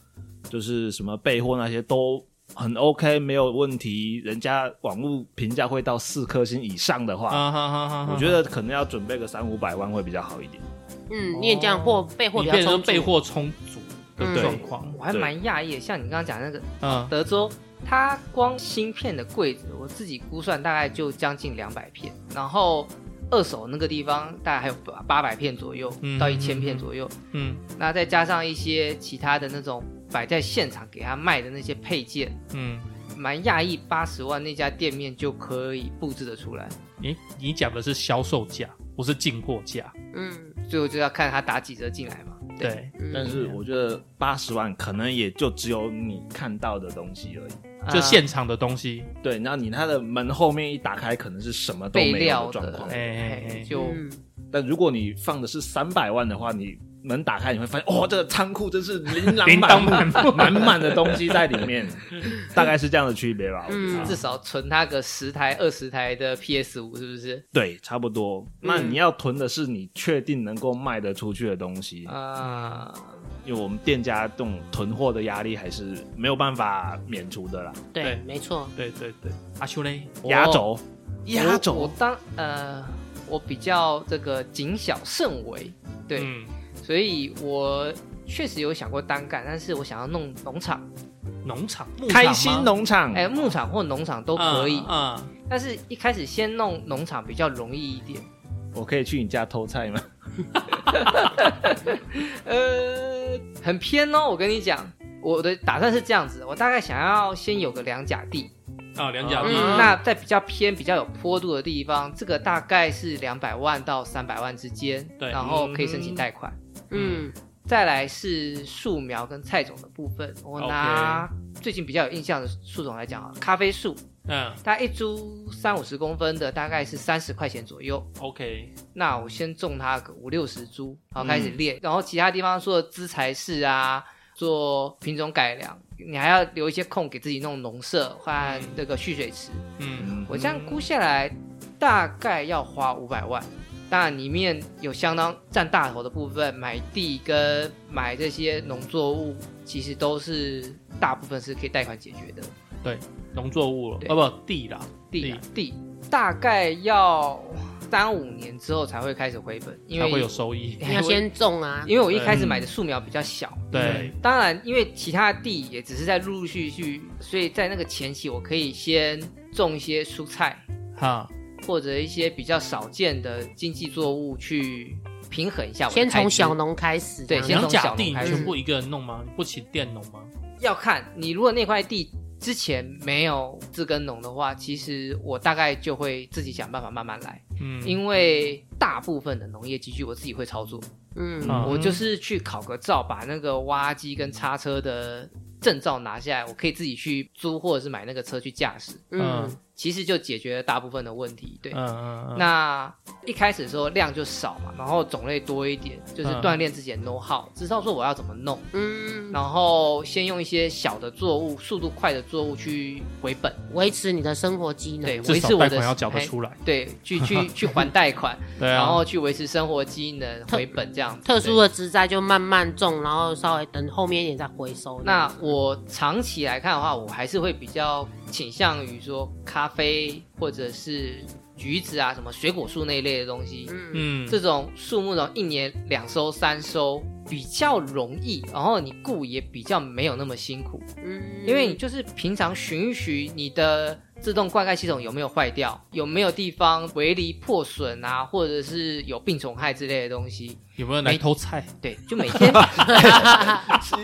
[SPEAKER 2] 就是什么备货那些都很 OK，没有问题，人家网络评价会到四颗星以上的话，
[SPEAKER 4] 啊哈哈哈！
[SPEAKER 2] 我觉得可能要准备个三五百万会比较好一点。
[SPEAKER 3] 嗯，你也这样货备货
[SPEAKER 4] 你
[SPEAKER 3] 比
[SPEAKER 4] 变
[SPEAKER 3] 较
[SPEAKER 4] 成
[SPEAKER 3] 充
[SPEAKER 4] 备
[SPEAKER 3] 足，
[SPEAKER 4] 货充足的
[SPEAKER 3] 嗯
[SPEAKER 4] 状况，
[SPEAKER 1] 我还蛮讶异的，像你刚刚讲那个
[SPEAKER 4] 嗯，
[SPEAKER 1] 德州，它光芯片的柜子，我自己估算大概就将近两百片，然后二手那个地方大概还有八八百片左右
[SPEAKER 4] 嗯
[SPEAKER 1] 到一千片左右，
[SPEAKER 4] 嗯
[SPEAKER 1] 那再加上一些其他的那种摆在现场给他卖的那些配件，
[SPEAKER 4] 嗯，
[SPEAKER 1] 蛮讶异八十万那家店面就可以布置得出来。
[SPEAKER 4] 你你讲的是销售价，不是进货价，
[SPEAKER 3] 嗯，
[SPEAKER 1] 最后就要看他打几折进来嘛。对
[SPEAKER 4] 对，
[SPEAKER 3] 嗯
[SPEAKER 2] 但是我觉得八十万可能也就只有你看到的东西而已。
[SPEAKER 4] 就
[SPEAKER 1] 呃
[SPEAKER 4] 现场的东西，
[SPEAKER 2] 对，然后你它的门后面一打开，可能是什么都
[SPEAKER 1] 备
[SPEAKER 2] 没有
[SPEAKER 1] 料
[SPEAKER 2] 的状况
[SPEAKER 1] 的，。
[SPEAKER 4] 哎哎
[SPEAKER 1] 哎
[SPEAKER 4] 哎
[SPEAKER 1] 就
[SPEAKER 3] 嗯
[SPEAKER 2] 但如果你放的是三百万的话，你门打开你会发现，哦，这个仓库真是琳琅
[SPEAKER 4] 叮当
[SPEAKER 2] 满目，
[SPEAKER 4] 满目，
[SPEAKER 2] 满满的东西在里面，大概是这样的区别吧。
[SPEAKER 3] 嗯
[SPEAKER 1] 至少存他个十台、二十台的 PS 五，是不是？
[SPEAKER 2] 对，差不多。那你要囤的是你确定能够卖得出去的东西，
[SPEAKER 1] 啊、
[SPEAKER 2] 因为我们店家这种囤货的压力还是没有办法免除的啦。
[SPEAKER 4] 对
[SPEAKER 3] 对，没错，
[SPEAKER 4] 对对对，阿修嘞，
[SPEAKER 1] 我
[SPEAKER 2] 压轴，
[SPEAKER 1] 我
[SPEAKER 2] 压
[SPEAKER 1] 我
[SPEAKER 2] 轴，
[SPEAKER 1] 当呃，我比较这个谨小慎微，对，
[SPEAKER 4] 嗯，
[SPEAKER 1] 所以我确实有想过单干，但是我想要弄农场，
[SPEAKER 4] 农场，牧场吗
[SPEAKER 2] 开心农场，
[SPEAKER 1] 哎、牧场或农场都可以，
[SPEAKER 4] 嗯，嗯
[SPEAKER 1] 但是一开始先弄农场比较容易一点。
[SPEAKER 2] 我可以去你家偷菜吗？
[SPEAKER 1] 呃，很偏哦，我跟你讲，我的打算是这样子，我大概想要先有个两甲地，
[SPEAKER 4] 啊，两脚
[SPEAKER 1] 嗯
[SPEAKER 4] 地，
[SPEAKER 1] 那在比较偏、比较有坡度的地方，这个大概是两百万到三百万之间，
[SPEAKER 4] 对
[SPEAKER 1] 然后可以申请贷款。
[SPEAKER 3] 嗯
[SPEAKER 1] 再来是树苗跟菜种的部分，我
[SPEAKER 4] OK
[SPEAKER 1] 拿最近比较有印象的树种来讲啊，咖啡树，
[SPEAKER 4] 嗯
[SPEAKER 1] 它一株三五十公分的，大概是三十块钱左右。
[SPEAKER 4] ，OK，
[SPEAKER 1] 那我先种它个五六十株，然后开始练，然后其他地方做资材室啊，做品种改良，你还要留一些空给自己弄农舍换那个蓄水池。
[SPEAKER 4] 嗯，
[SPEAKER 1] 我这样估下来，大概要花五百万。当然，里面有相当占大头的部分，买地跟买这些农作物，其实都是大部分是可以贷款解决的。
[SPEAKER 4] 农作物了，
[SPEAKER 1] 对
[SPEAKER 4] 啊不，地啦，
[SPEAKER 1] 地啊地大概要三五年之后才会开始回本，因
[SPEAKER 4] 它
[SPEAKER 1] 为
[SPEAKER 4] 会有收益，
[SPEAKER 1] 哎
[SPEAKER 3] 你要
[SPEAKER 1] 我
[SPEAKER 3] 先种啊，
[SPEAKER 1] 因为我一开始买的树苗比较小，
[SPEAKER 4] 对，
[SPEAKER 1] 当然因为其他地也只是在陆陆续续，所以在那个前期我可以先种一些蔬菜
[SPEAKER 4] 哈，
[SPEAKER 1] 或者一些比较少见的经济作物去平衡一下我的
[SPEAKER 3] 先
[SPEAKER 1] 开
[SPEAKER 3] 从
[SPEAKER 1] 支
[SPEAKER 3] 小农开始，
[SPEAKER 1] 对
[SPEAKER 3] 这
[SPEAKER 1] 先
[SPEAKER 3] 样
[SPEAKER 4] 两
[SPEAKER 1] 从
[SPEAKER 4] 甲
[SPEAKER 1] 小农
[SPEAKER 4] 地你
[SPEAKER 1] 开始
[SPEAKER 4] 全部一个人弄吗？你不请佃农吗？
[SPEAKER 1] 要看你如果那块地之前没有自耕农的话，其实我大概就会自己想办法慢慢来，
[SPEAKER 4] 嗯，
[SPEAKER 1] 因为大部分的农业机具我自己会操作。
[SPEAKER 3] 嗯
[SPEAKER 4] 嗯
[SPEAKER 1] 我就是去考个照，把那个挖机跟叉车的证照拿下来，我可以自己去租或者是买那个车去驾驶，
[SPEAKER 3] 嗯
[SPEAKER 1] 其实就解决了大部分的问题。对，
[SPEAKER 4] 嗯嗯嗯，
[SPEAKER 1] 那一开始的时候量就少嘛，然后种类多一点，就是
[SPEAKER 4] 嗯
[SPEAKER 1] 锻炼自己的 know how，知道说我要怎么弄，
[SPEAKER 3] 嗯，
[SPEAKER 1] 然后先用一些小的作物，速度快的作物去回本，
[SPEAKER 3] 维持你的生活机能，
[SPEAKER 1] 对，
[SPEAKER 4] 至
[SPEAKER 1] 维
[SPEAKER 4] 少
[SPEAKER 1] 持我
[SPEAKER 4] 贷
[SPEAKER 1] 的
[SPEAKER 4] 款要缴得
[SPEAKER 1] 嘿
[SPEAKER 4] 出来，
[SPEAKER 1] 对，去去去还贷款，
[SPEAKER 4] 对
[SPEAKER 1] 然
[SPEAKER 4] 啊，
[SPEAKER 1] 后去维持生活机能，
[SPEAKER 3] 特
[SPEAKER 1] 回本这样子。
[SPEAKER 3] 特殊的植栽就慢慢种，然后稍微等后面一点再回收。
[SPEAKER 1] 那我长期来看的话，我还是会比较倾向于说咖啡或者是橘子啊，什么水果树那一类的东西。
[SPEAKER 3] 嗯
[SPEAKER 4] 嗯，
[SPEAKER 1] 这种树木呢，一年两收、三收比较容易，然后你雇也比较没有那么辛苦，
[SPEAKER 3] 嗯
[SPEAKER 1] 因为你就是平常巡一巡你的自动灌溉系统有没有坏掉，有没有地方围篱破损啊，或者是有病虫害之类的东西，
[SPEAKER 4] 有没有人来
[SPEAKER 1] 没
[SPEAKER 4] 偷菜？
[SPEAKER 1] 对，就每天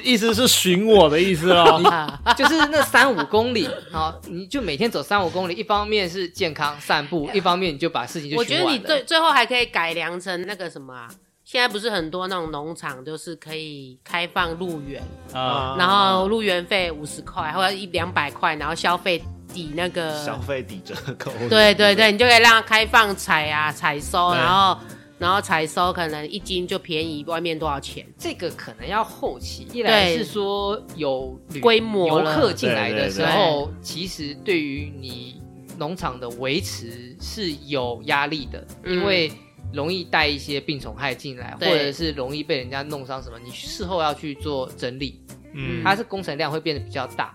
[SPEAKER 2] 意思是寻我的意思
[SPEAKER 1] 啊
[SPEAKER 4] 啊
[SPEAKER 2] 哦。
[SPEAKER 1] 就是那三五公里，好，你就每天走三五公里，一方面是健康散步，一方面你就把事情就
[SPEAKER 3] 我觉
[SPEAKER 1] 学
[SPEAKER 3] 得
[SPEAKER 1] 完
[SPEAKER 3] 你
[SPEAKER 1] 了
[SPEAKER 3] 最最后还可以改良成那个什么、啊，现在不是很多那种农场就是可以开放入园，
[SPEAKER 4] 啊，
[SPEAKER 3] 然后入园费五十块或者一两百块，然后消费抵那个
[SPEAKER 2] 消费抵折扣，
[SPEAKER 3] 呃对对对，你就可以让它开放采啊、采收，
[SPEAKER 4] 对
[SPEAKER 3] 然后然后采收可能一斤就便宜外面多少钱？
[SPEAKER 1] 这个可能要后期，一来
[SPEAKER 3] 对
[SPEAKER 1] 是说有旅
[SPEAKER 4] 嗯
[SPEAKER 3] 规模
[SPEAKER 1] 游
[SPEAKER 3] 了
[SPEAKER 1] 客进来
[SPEAKER 2] 对对
[SPEAKER 1] 的时
[SPEAKER 3] 对
[SPEAKER 1] 候，其实对于你农场的维持是有压力的，
[SPEAKER 3] 嗯
[SPEAKER 1] 因为容易带一些病虫害进来，或
[SPEAKER 3] 对
[SPEAKER 1] 者是容易被人家弄伤什么，你事后要去做整理，
[SPEAKER 4] 嗯，
[SPEAKER 1] 它是工程量会变得比较大。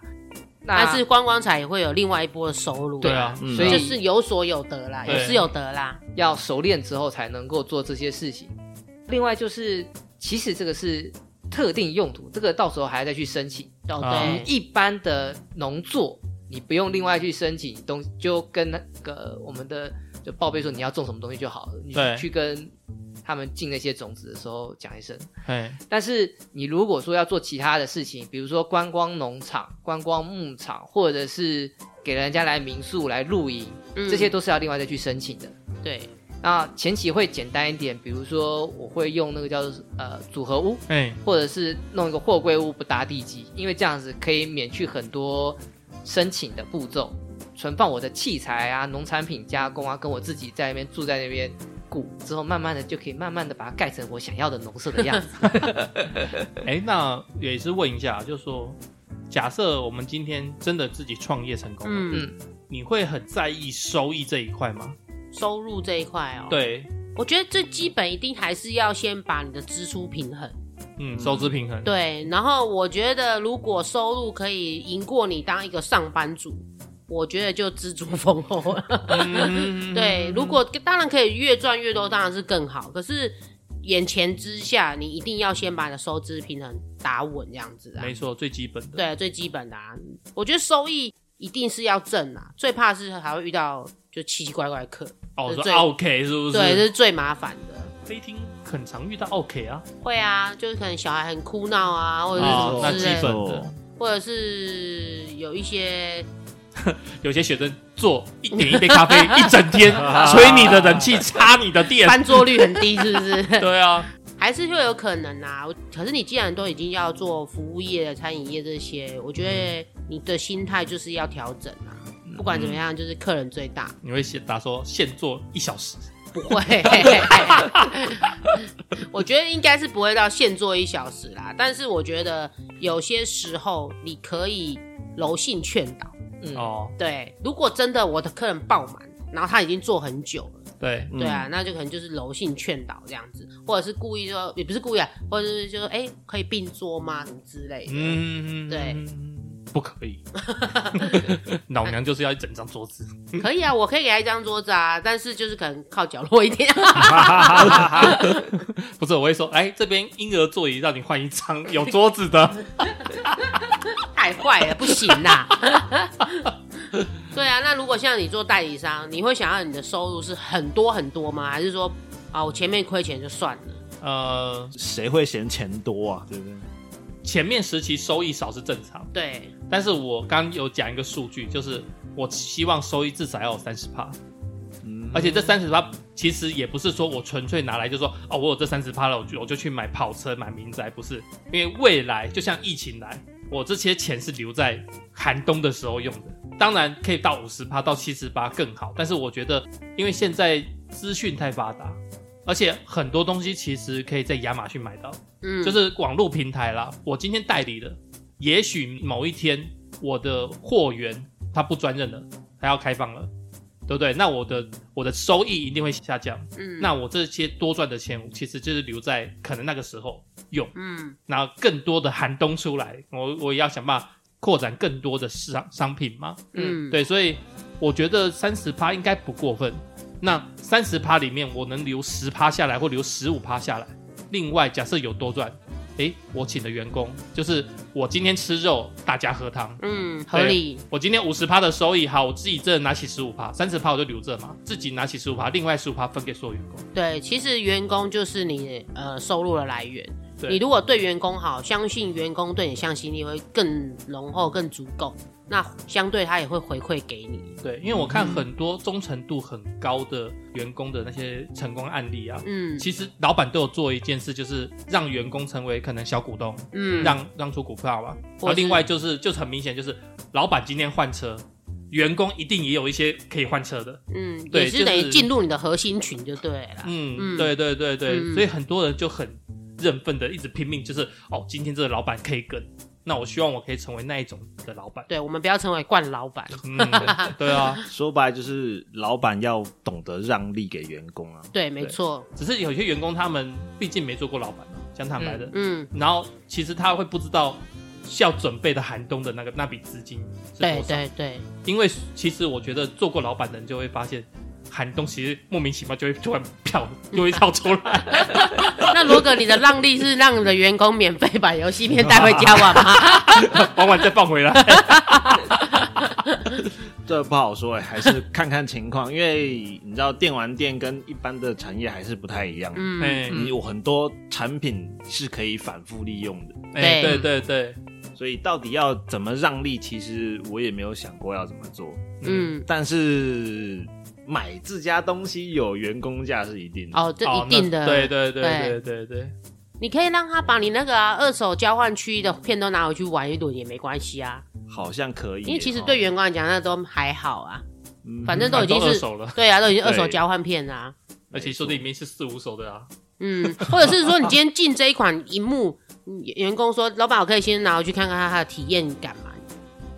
[SPEAKER 1] 那
[SPEAKER 3] 但是观光彩也会有另外一波的收入，
[SPEAKER 4] 啊对啊，
[SPEAKER 2] 嗯
[SPEAKER 1] 所以
[SPEAKER 3] 就是有所有得啦，
[SPEAKER 4] 对啊
[SPEAKER 3] 有失有得啦，
[SPEAKER 1] 要熟练之后才能够做这些事情。另外就是，其实这个是特定用途，这个到时候还要再去申请。
[SPEAKER 3] 哦
[SPEAKER 4] 啊
[SPEAKER 3] 对，
[SPEAKER 1] 一般的农作，你不用另外去申请东，就跟那个我们的就报备说你要种什么东西就好了。你
[SPEAKER 4] 对
[SPEAKER 1] 去跟他们进那些种子的时候讲一声。
[SPEAKER 4] 哎，
[SPEAKER 1] 但是你如果说要做其他的事情，比如说观光农场、观光牧场，或者是给人家来民宿来露营，
[SPEAKER 3] 嗯
[SPEAKER 1] 这些都是要另外再去申请的。
[SPEAKER 3] 对，
[SPEAKER 1] 那前期会简单一点，比如说我会用那个叫做呃组合屋，
[SPEAKER 4] 哎，
[SPEAKER 1] 或者是弄一个货柜屋不搭地基，因为这样子可以免去很多申请的步骤，存放我的器材啊、农产品加工啊，跟我自己在那边住在那边顾，之后慢慢的就可以慢慢的把它盖成我想要的农舍的样子。
[SPEAKER 4] 哎，那也是问一下，就是说，假设我们今天真的自己创业成功了，
[SPEAKER 3] 嗯，
[SPEAKER 1] 嗯，
[SPEAKER 4] 你会很在意收益这一块吗？
[SPEAKER 3] 收入这一块哦，，
[SPEAKER 4] 对，
[SPEAKER 3] 我觉得最基本一定还是要先把你的支出平衡，
[SPEAKER 4] 嗯，收支平衡，
[SPEAKER 3] 对，然后我觉得如果收入可以赢过你当一个上班族，我觉得就知足丰厚了。
[SPEAKER 4] 嗯
[SPEAKER 3] 对，如果当然可以越赚越多，当然是更好。可是眼前之下，你一定要先把你的收支平衡打稳，这样子啊
[SPEAKER 4] 没。错，最基本的，
[SPEAKER 3] 对，最基本的啊，我觉得收益一定是要正啊，最怕是还会遇到就奇奇怪怪的客，
[SPEAKER 4] 哦，说
[SPEAKER 3] 最
[SPEAKER 4] OK 是不是？哦
[SPEAKER 3] 对，这是最麻烦的。
[SPEAKER 4] 飞厅很常遇到 OK 啊，
[SPEAKER 3] 会啊，就是可能小孩很哭闹啊，或者是什
[SPEAKER 4] 哦那
[SPEAKER 3] 么之
[SPEAKER 4] 基
[SPEAKER 3] 类的，
[SPEAKER 4] 本
[SPEAKER 2] 嗯哦
[SPEAKER 4] 的，
[SPEAKER 3] 或者是有一些
[SPEAKER 4] 有些学生坐一点一杯 咖啡一整天，吹你的冷气，插你的电，
[SPEAKER 3] 翻桌率很低，是不是？
[SPEAKER 4] 对啊，
[SPEAKER 3] 还是会有可能啊。可是你既然都已经要做服务业、餐饮业这些，我觉得你的心态就是要调整啊。不管怎么样，就是客人最大，
[SPEAKER 4] 你会写打说现做一小时，
[SPEAKER 3] 不会。 我觉得应该是不会到现做一小时啦，但是我觉得有些时候你可以柔性劝导。
[SPEAKER 1] 嗯
[SPEAKER 4] 哦，
[SPEAKER 3] 对，如果真的我的客人爆满，然后他已经做很久了。
[SPEAKER 4] 对，
[SPEAKER 2] 嗯
[SPEAKER 3] 对啊，那就可能就是柔性劝导这样子，或者是故意说，也不是故意啊，或者是就说，哎、可以并桌吗？什么之类的。嗯，
[SPEAKER 4] 嗯，
[SPEAKER 3] 对，
[SPEAKER 4] 不 可以，老娘就是要一整张桌子，
[SPEAKER 3] 可以啊，我可以给他一张桌子啊，但是就是可能靠角落一点。
[SPEAKER 4] 不是，我会说，哎，这边婴儿座椅让你换一张有桌子的，
[SPEAKER 3] 太坏了，不行啦。 对啊，那如果像你做代理商，你会想要你的收入是很多很多吗？还是说啊，我前面亏钱就算了？
[SPEAKER 4] 呃，
[SPEAKER 2] 谁会嫌钱多啊？对不对？
[SPEAKER 4] 前面时期收益少是正常，
[SPEAKER 3] 对，
[SPEAKER 4] 但是我刚有讲一个数据，就是我希望收益至少要有三十趴，
[SPEAKER 2] 嗯
[SPEAKER 4] 而且这三十趴其实也不是说我纯粹拿来就说哦，我有这三十趴了，我就我就去买跑车、买民宅，不是，因为未来就像疫情来，我这些钱是留在寒冬的时候用的。当然可以到五十趴到七十趴更好，但是我觉得，因为现在资讯太发达，而且很多东西其实可以在亚马逊买到。
[SPEAKER 3] 嗯，
[SPEAKER 4] 就是网络平台啦。我今天代理了，也许某一天我的货源它不专任了，它要开放了，对不对？那我的我的收益一定会下降。
[SPEAKER 3] 嗯
[SPEAKER 4] 那我这些多赚的钱，其实就是留在可能那个时候用，
[SPEAKER 3] 嗯
[SPEAKER 4] 然后更多的寒冬出来，我我也要想办法扩展更多的市场商品嘛。
[SPEAKER 3] 嗯，
[SPEAKER 4] 对，所以我觉得三十趴应该不过分。那三十趴里面，我能留十趴下来，或留十五趴下来。另外，假设有多赚，诶，我请的员工就是我今天吃肉，大家喝汤。
[SPEAKER 3] 嗯，合理。
[SPEAKER 4] 我今天五十趴的收益，好，我自己这拿起十五趴，三十趴我就留着嘛，自己拿起十五趴，另外十五趴分给所有员工。
[SPEAKER 3] 对，其实员工就是你呃收入的来源。
[SPEAKER 4] 对
[SPEAKER 3] 你如果对员工好，相信员工对你向心力会更浓厚、更足够，那相对他也会回馈给你。
[SPEAKER 4] 对，因为我看很多忠诚度很高的员工的那些成功案例啊，
[SPEAKER 3] 嗯
[SPEAKER 4] 其实老板都有做一件事，就是让员工成为可能小股东，
[SPEAKER 3] 嗯，
[SPEAKER 4] 让让出股票嘛。然
[SPEAKER 3] 或
[SPEAKER 4] 后
[SPEAKER 3] 是
[SPEAKER 4] 另外就是就是很明显就是，老板今天换车，员工一定也有一些可以换车的。
[SPEAKER 3] 嗯
[SPEAKER 4] 对
[SPEAKER 3] 也
[SPEAKER 4] 就是
[SPEAKER 3] 等于
[SPEAKER 4] 是
[SPEAKER 3] 进入你的核心群就对了啦。
[SPEAKER 4] 嗯，
[SPEAKER 3] 嗯
[SPEAKER 4] 对对对对，
[SPEAKER 3] 嗯
[SPEAKER 4] 所以很多人就很认份的一直拼命，就是哦，今天这个老板可以跟。那我希望我可以成为那一种的老 板。
[SPEAKER 3] 对，我们不要成为惯老板。
[SPEAKER 4] 嗯，对啊，
[SPEAKER 2] 说白了就是老板要懂得让利给员工啊。
[SPEAKER 3] 对，没错。
[SPEAKER 4] 只是有些员工他们毕竟没做过老板嘛，讲坦白的，
[SPEAKER 3] 嗯，
[SPEAKER 4] 然后其实他会不知道要准备的寒冬的那个那笔资金是多
[SPEAKER 3] 对
[SPEAKER 4] 少，
[SPEAKER 3] 对对，
[SPEAKER 4] 因为其实我觉得做过老板的人就会发现。寒冬其实莫名其妙就会突然跳，就会跳出来。
[SPEAKER 3] 那罗哥，你的让利是让你的员工免费把游戏片带回家玩 吗？嗯
[SPEAKER 4] 玩完再放回来。
[SPEAKER 2] 这不好说哎、还是看看情况，因为你知道电玩店跟一般的产业还是不太一样。
[SPEAKER 3] 嗯，
[SPEAKER 4] 哎
[SPEAKER 2] 你
[SPEAKER 3] 嗯
[SPEAKER 2] 有很多产品是可以反复利用的，
[SPEAKER 3] 嗯
[SPEAKER 4] 哎，对
[SPEAKER 3] 对
[SPEAKER 4] 对对，
[SPEAKER 2] 所以到底要怎么让利，其实我也没有想过要怎么做。
[SPEAKER 3] 嗯，
[SPEAKER 2] 但是买自家东西有员工价是一定的，
[SPEAKER 3] 哦，这
[SPEAKER 4] 哦
[SPEAKER 3] 一定的。
[SPEAKER 4] 那对对对对
[SPEAKER 3] 对
[SPEAKER 4] 对对，
[SPEAKER 3] 你可以让他把你那个啊二手交换区的片都拿回去玩一轮也没关系啊，
[SPEAKER 2] 好像可以耶。
[SPEAKER 3] 因为其实对员工来讲那都还好 啊，
[SPEAKER 2] 嗯
[SPEAKER 3] 反正都已经
[SPEAKER 4] 二
[SPEAKER 3] 是
[SPEAKER 4] 手了，
[SPEAKER 3] 对啊，都已经
[SPEAKER 2] 对
[SPEAKER 3] 二手交换片啦、啊。
[SPEAKER 4] 而且说里面是四五手的啊。
[SPEAKER 3] 嗯，或者是说你今天进这一款荧幕，嗯员工说老板我可以先拿回去看看他的体验感嘛，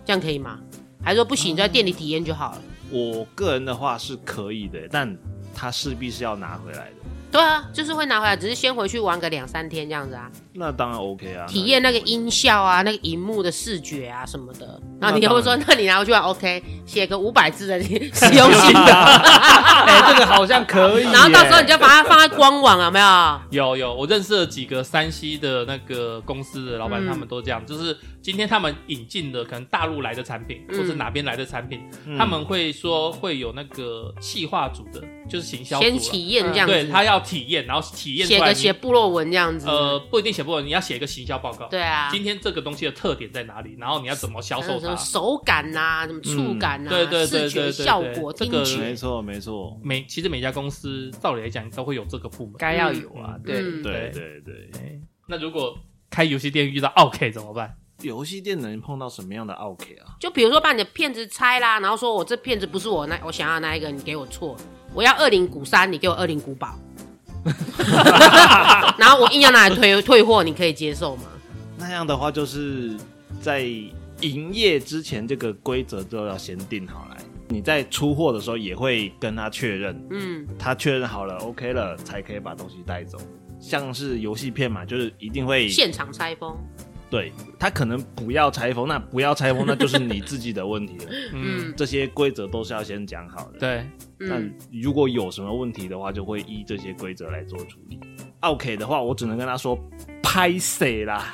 [SPEAKER 3] 这样可以吗？还是说不行，在店里体验就好了？
[SPEAKER 2] 我个人的话是可以的，但它势必是要拿回来的。
[SPEAKER 3] 对啊，就是会拿回来，只是先回去玩个两三天这样子啊，
[SPEAKER 2] 那当然 OK 啊，
[SPEAKER 3] 体验那个
[SPEAKER 2] 音。
[SPEAKER 3] 音效啊，那个荧幕的视觉啊什么的。
[SPEAKER 2] 那
[SPEAKER 3] 然后你又会
[SPEAKER 2] 当
[SPEAKER 3] 说，那你拿回去玩 OK，写个五百字的 使用心得，
[SPEAKER 2] 哎、这个好像 可以耶。
[SPEAKER 3] 然后到时候你就把它放在官网， 有没有？
[SPEAKER 4] 有有，我认识了几个山西的那个公司的老板，
[SPEAKER 3] 嗯
[SPEAKER 4] 他们都这样，就是今天他们引进的可能大陆来的产品，或
[SPEAKER 3] 嗯
[SPEAKER 4] 是哪边来的产品，
[SPEAKER 2] 嗯
[SPEAKER 4] 他们会说会有那个企划组的，就是行销组
[SPEAKER 3] 先
[SPEAKER 4] 啊，
[SPEAKER 3] 体验这样子，
[SPEAKER 4] 对他要体验，然后体验
[SPEAKER 3] 写
[SPEAKER 4] 出来
[SPEAKER 3] 个
[SPEAKER 4] 你
[SPEAKER 3] 写部落文这样子。
[SPEAKER 4] 呃不一定写不完，你要写一个行销报告。
[SPEAKER 3] 对啊，
[SPEAKER 4] 今天这个东西的特点在哪里？然后你要怎么销
[SPEAKER 3] 还有
[SPEAKER 4] 售
[SPEAKER 3] 什
[SPEAKER 4] 它
[SPEAKER 3] 么？手感呐、什么触感呐、
[SPEAKER 4] 对对对
[SPEAKER 3] 视
[SPEAKER 4] 对
[SPEAKER 3] 觉
[SPEAKER 4] 对
[SPEAKER 3] 效
[SPEAKER 4] 对
[SPEAKER 3] 果、
[SPEAKER 4] 这
[SPEAKER 3] 听
[SPEAKER 4] 个
[SPEAKER 2] 没
[SPEAKER 3] 觉，
[SPEAKER 2] 错没错，
[SPEAKER 4] 每其实每家公司照理来讲都会有这个部门。
[SPEAKER 1] 该要有啊，
[SPEAKER 4] 嗯
[SPEAKER 1] 对，
[SPEAKER 3] 嗯
[SPEAKER 2] 对
[SPEAKER 4] 对
[SPEAKER 2] 对对。
[SPEAKER 4] 那如果开游戏店遇到 OK 怎么办？
[SPEAKER 2] 游戏店能碰到什么样的 OK 啊？
[SPEAKER 3] 就比如说把你的片子拆啦，然后说我这片子不是我那我想要的那一个，你给我错，我要二零股三，你给我二零股 宝，然后我硬要拿来退退货，你可以接受吗？
[SPEAKER 2] 那样的话，就是在营业之前，这个规则都要先定好来。你在出货的时候也会跟他确认，
[SPEAKER 3] 嗯，
[SPEAKER 2] 他确认好了 OK 了，才可以把东西带走。像是游戏片嘛，就是一定会
[SPEAKER 3] 现场拆封，
[SPEAKER 2] 对他可能不要拆封，那不要拆封，那就是你自己的问题了。
[SPEAKER 3] 嗯
[SPEAKER 2] 这些规则都是要先讲好的。
[SPEAKER 4] 对，
[SPEAKER 2] 那
[SPEAKER 3] 嗯，
[SPEAKER 2] 如果有什么问题的话，就会依这些规则来做处理。OK 的话，我只能跟他说拍谁啦。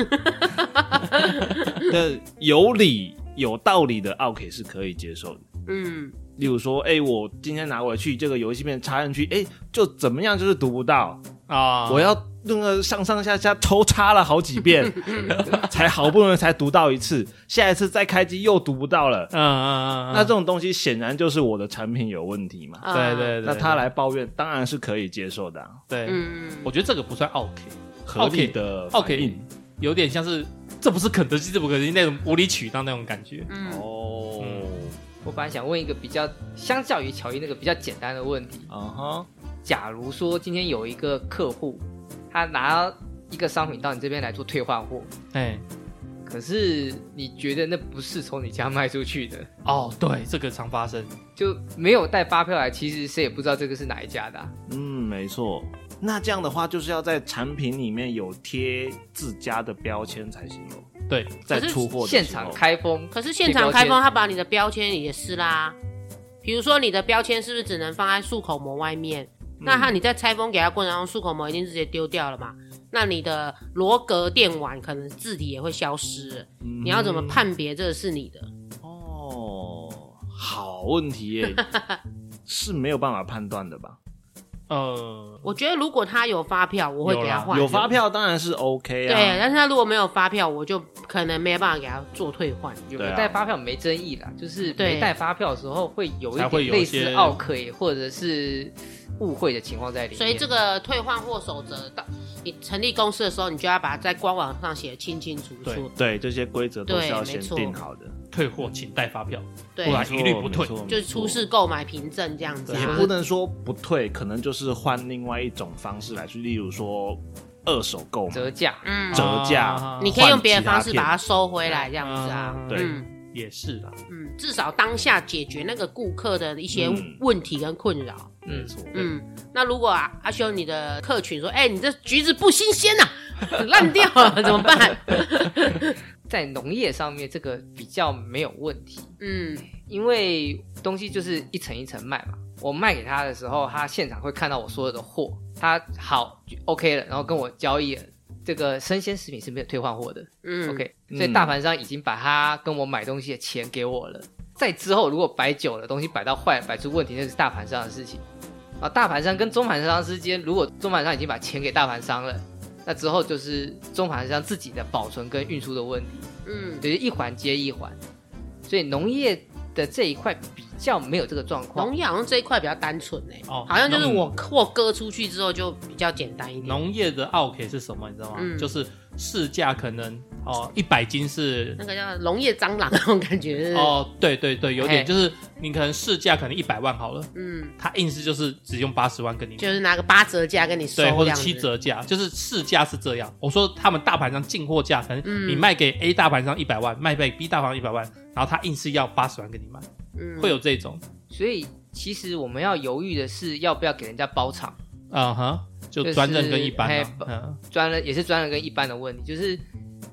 [SPEAKER 2] 那有理有道理的 OK 是可以接受的。
[SPEAKER 3] 嗯，
[SPEAKER 2] 例如说，哎、我今天拿回去这个游戏片插进去，哎、就怎么样就是读不到，
[SPEAKER 4] 啊，
[SPEAKER 2] 我要那个上上下下抽插了好几 遍，才好不容易才读到一次，下一次再开机又读不到了。
[SPEAKER 4] 嗯嗯嗯，
[SPEAKER 2] 那这种东西显然就是我的产品有问题嘛。
[SPEAKER 3] 啊
[SPEAKER 4] 对对对，
[SPEAKER 2] 那他来抱怨当然是可以接受的、啊，
[SPEAKER 4] 对，
[SPEAKER 3] 嗯，
[SPEAKER 4] 我觉得这个不算 OK，
[SPEAKER 2] 合理的反
[SPEAKER 4] OK，
[SPEAKER 2] 应
[SPEAKER 4] 有点像是这不是肯德基，这不是肯德基那种无理取闹那种感觉。
[SPEAKER 3] 嗯，
[SPEAKER 2] 哦
[SPEAKER 4] 嗯
[SPEAKER 1] 我本来想问一个比较，相较于乔伊那个比较简单的问题，
[SPEAKER 2] 啊哈，
[SPEAKER 1] 假如说今天有一个客户，他拿一个商品到你这边来做退换货，
[SPEAKER 3] 嗯
[SPEAKER 4] 哎，
[SPEAKER 1] 可是你觉得那不是从你家卖出去的，
[SPEAKER 4] 哦，对，这个常发生。
[SPEAKER 1] 就没有带发票来，其实谁也不知道这个是哪一家的啊、
[SPEAKER 2] 嗯，没错。那这样的话，就是要在产品里面有贴自家的标签才行哦。
[SPEAKER 4] 对，
[SPEAKER 2] 在
[SPEAKER 3] 可是
[SPEAKER 2] 出货的时候
[SPEAKER 1] 现场，开封，
[SPEAKER 4] 啊
[SPEAKER 3] 可是现场
[SPEAKER 1] 贴标签
[SPEAKER 3] 开封，他把你的标签也撕啦。比如说你的标签是不是只能放在漱口膜外面？
[SPEAKER 2] 嗯
[SPEAKER 3] 那他你在拆封给他过程中，漱口膜一定直接丢掉了嘛？那你的罗格电玩可能字体也会消失了，你
[SPEAKER 2] 你
[SPEAKER 3] 要怎么判别这是你的？
[SPEAKER 2] 哦，好问题 耶，是没有办法判断的吧？
[SPEAKER 4] 呃，
[SPEAKER 3] 我觉得如果他有发票，我会给他换。
[SPEAKER 2] 啊有发票当然是 OK
[SPEAKER 3] 对，
[SPEAKER 2] 啊，
[SPEAKER 3] 但是他如果没有发票，我就可能没办法给他做退换。
[SPEAKER 1] 有没
[SPEAKER 2] 对
[SPEAKER 1] 有
[SPEAKER 2] 啊
[SPEAKER 1] 带发票没争议啦，就是没
[SPEAKER 3] 对
[SPEAKER 1] 带发票的时候会有
[SPEAKER 4] 才
[SPEAKER 1] 一
[SPEAKER 4] 会
[SPEAKER 1] 点
[SPEAKER 4] 有一
[SPEAKER 1] 类
[SPEAKER 4] 些
[SPEAKER 1] 似奥克或者是误会的情况在里面。
[SPEAKER 3] 所以这个退换货守则，到你成立公司的时候，你就要把它在官网上写得清清楚楚。
[SPEAKER 2] 对这些规则都是要先定好的，
[SPEAKER 4] 退货请带发票，
[SPEAKER 3] 对
[SPEAKER 4] 不，然啊一律不退
[SPEAKER 2] 没错
[SPEAKER 3] 就是出示购买凭证这样子
[SPEAKER 2] 也
[SPEAKER 3] 啊
[SPEAKER 2] 不。能说不退，可能就是换另外一种方式来去，例如说二手购买，
[SPEAKER 1] 折价，
[SPEAKER 3] 嗯，
[SPEAKER 2] 折价
[SPEAKER 4] 啊
[SPEAKER 3] 你可以用别的方式把它收回来，这样子啊
[SPEAKER 4] 嗯。
[SPEAKER 2] 对
[SPEAKER 3] 嗯
[SPEAKER 4] 也是啦，
[SPEAKER 3] 嗯，至少当下解决那个顾客的一些
[SPEAKER 2] 嗯
[SPEAKER 3] 问题跟困扰。
[SPEAKER 2] 没
[SPEAKER 1] 嗯，
[SPEAKER 2] 错，
[SPEAKER 3] 嗯，那如果啊，阿修你的客群说，哎、你这橘子不新鲜呐、烂掉了，怎么办？
[SPEAKER 1] 在农业上面这个比较没有问题，
[SPEAKER 3] 嗯
[SPEAKER 1] 因为东西就是一层一层卖嘛。我卖给他的时候，他现场会看到我所有的货，他好 OK 了，然后跟我交易了。这个生鲜食品是没有退换货的、
[SPEAKER 3] 嗯
[SPEAKER 1] o k 所以
[SPEAKER 2] 嗯
[SPEAKER 1] 大盘商已经把他跟我买东西的钱给我了。在之后如果摆久了，东西摆到坏了，摆出问题，那是大盘商的事情。啊，大盘商跟中盘商之间，如果中盘商已经把钱给大盘商了，那之后就是中盘商自己的保存跟运输的问题。
[SPEAKER 3] 嗯
[SPEAKER 1] 就是一环接一环，所以农业的这一块比较没有这个状况
[SPEAKER 3] 农。业好像这一块比较单纯哎、
[SPEAKER 4] 哦
[SPEAKER 3] 好像就是我货割出去之后就比较简单一点。
[SPEAKER 4] 农业的奥 K 是什么？你知道吗？
[SPEAKER 3] 嗯
[SPEAKER 4] 就是市价可能哦，一百斤是
[SPEAKER 3] 那个叫农业蟑螂那种感觉是不是，
[SPEAKER 4] 哦，对对对，有
[SPEAKER 1] 嘿
[SPEAKER 4] 点就是你可能市价可能一百万好了，
[SPEAKER 3] 嗯，
[SPEAKER 4] 他硬是就是只用八十万跟你
[SPEAKER 3] 就是拿个八折价跟你收，
[SPEAKER 4] 对，或
[SPEAKER 3] 这
[SPEAKER 4] 者
[SPEAKER 3] 样子
[SPEAKER 4] 七，折价，就是市价是这样。我说他们大盘商进货价，可能
[SPEAKER 3] 嗯
[SPEAKER 4] 你卖给 A 大盘商一百万，卖给 B 大盘商一百万，然后他硬是要八十万给你买，
[SPEAKER 3] 嗯
[SPEAKER 4] 会有这种，
[SPEAKER 1] 所以其实我们要犹豫的是要不要给人家包场，
[SPEAKER 4] 嗯哼，就
[SPEAKER 1] 就是
[SPEAKER 4] 专任跟一般啊
[SPEAKER 1] 嘿，
[SPEAKER 4] 嗯
[SPEAKER 1] 专了也是专了跟一般的问题，就是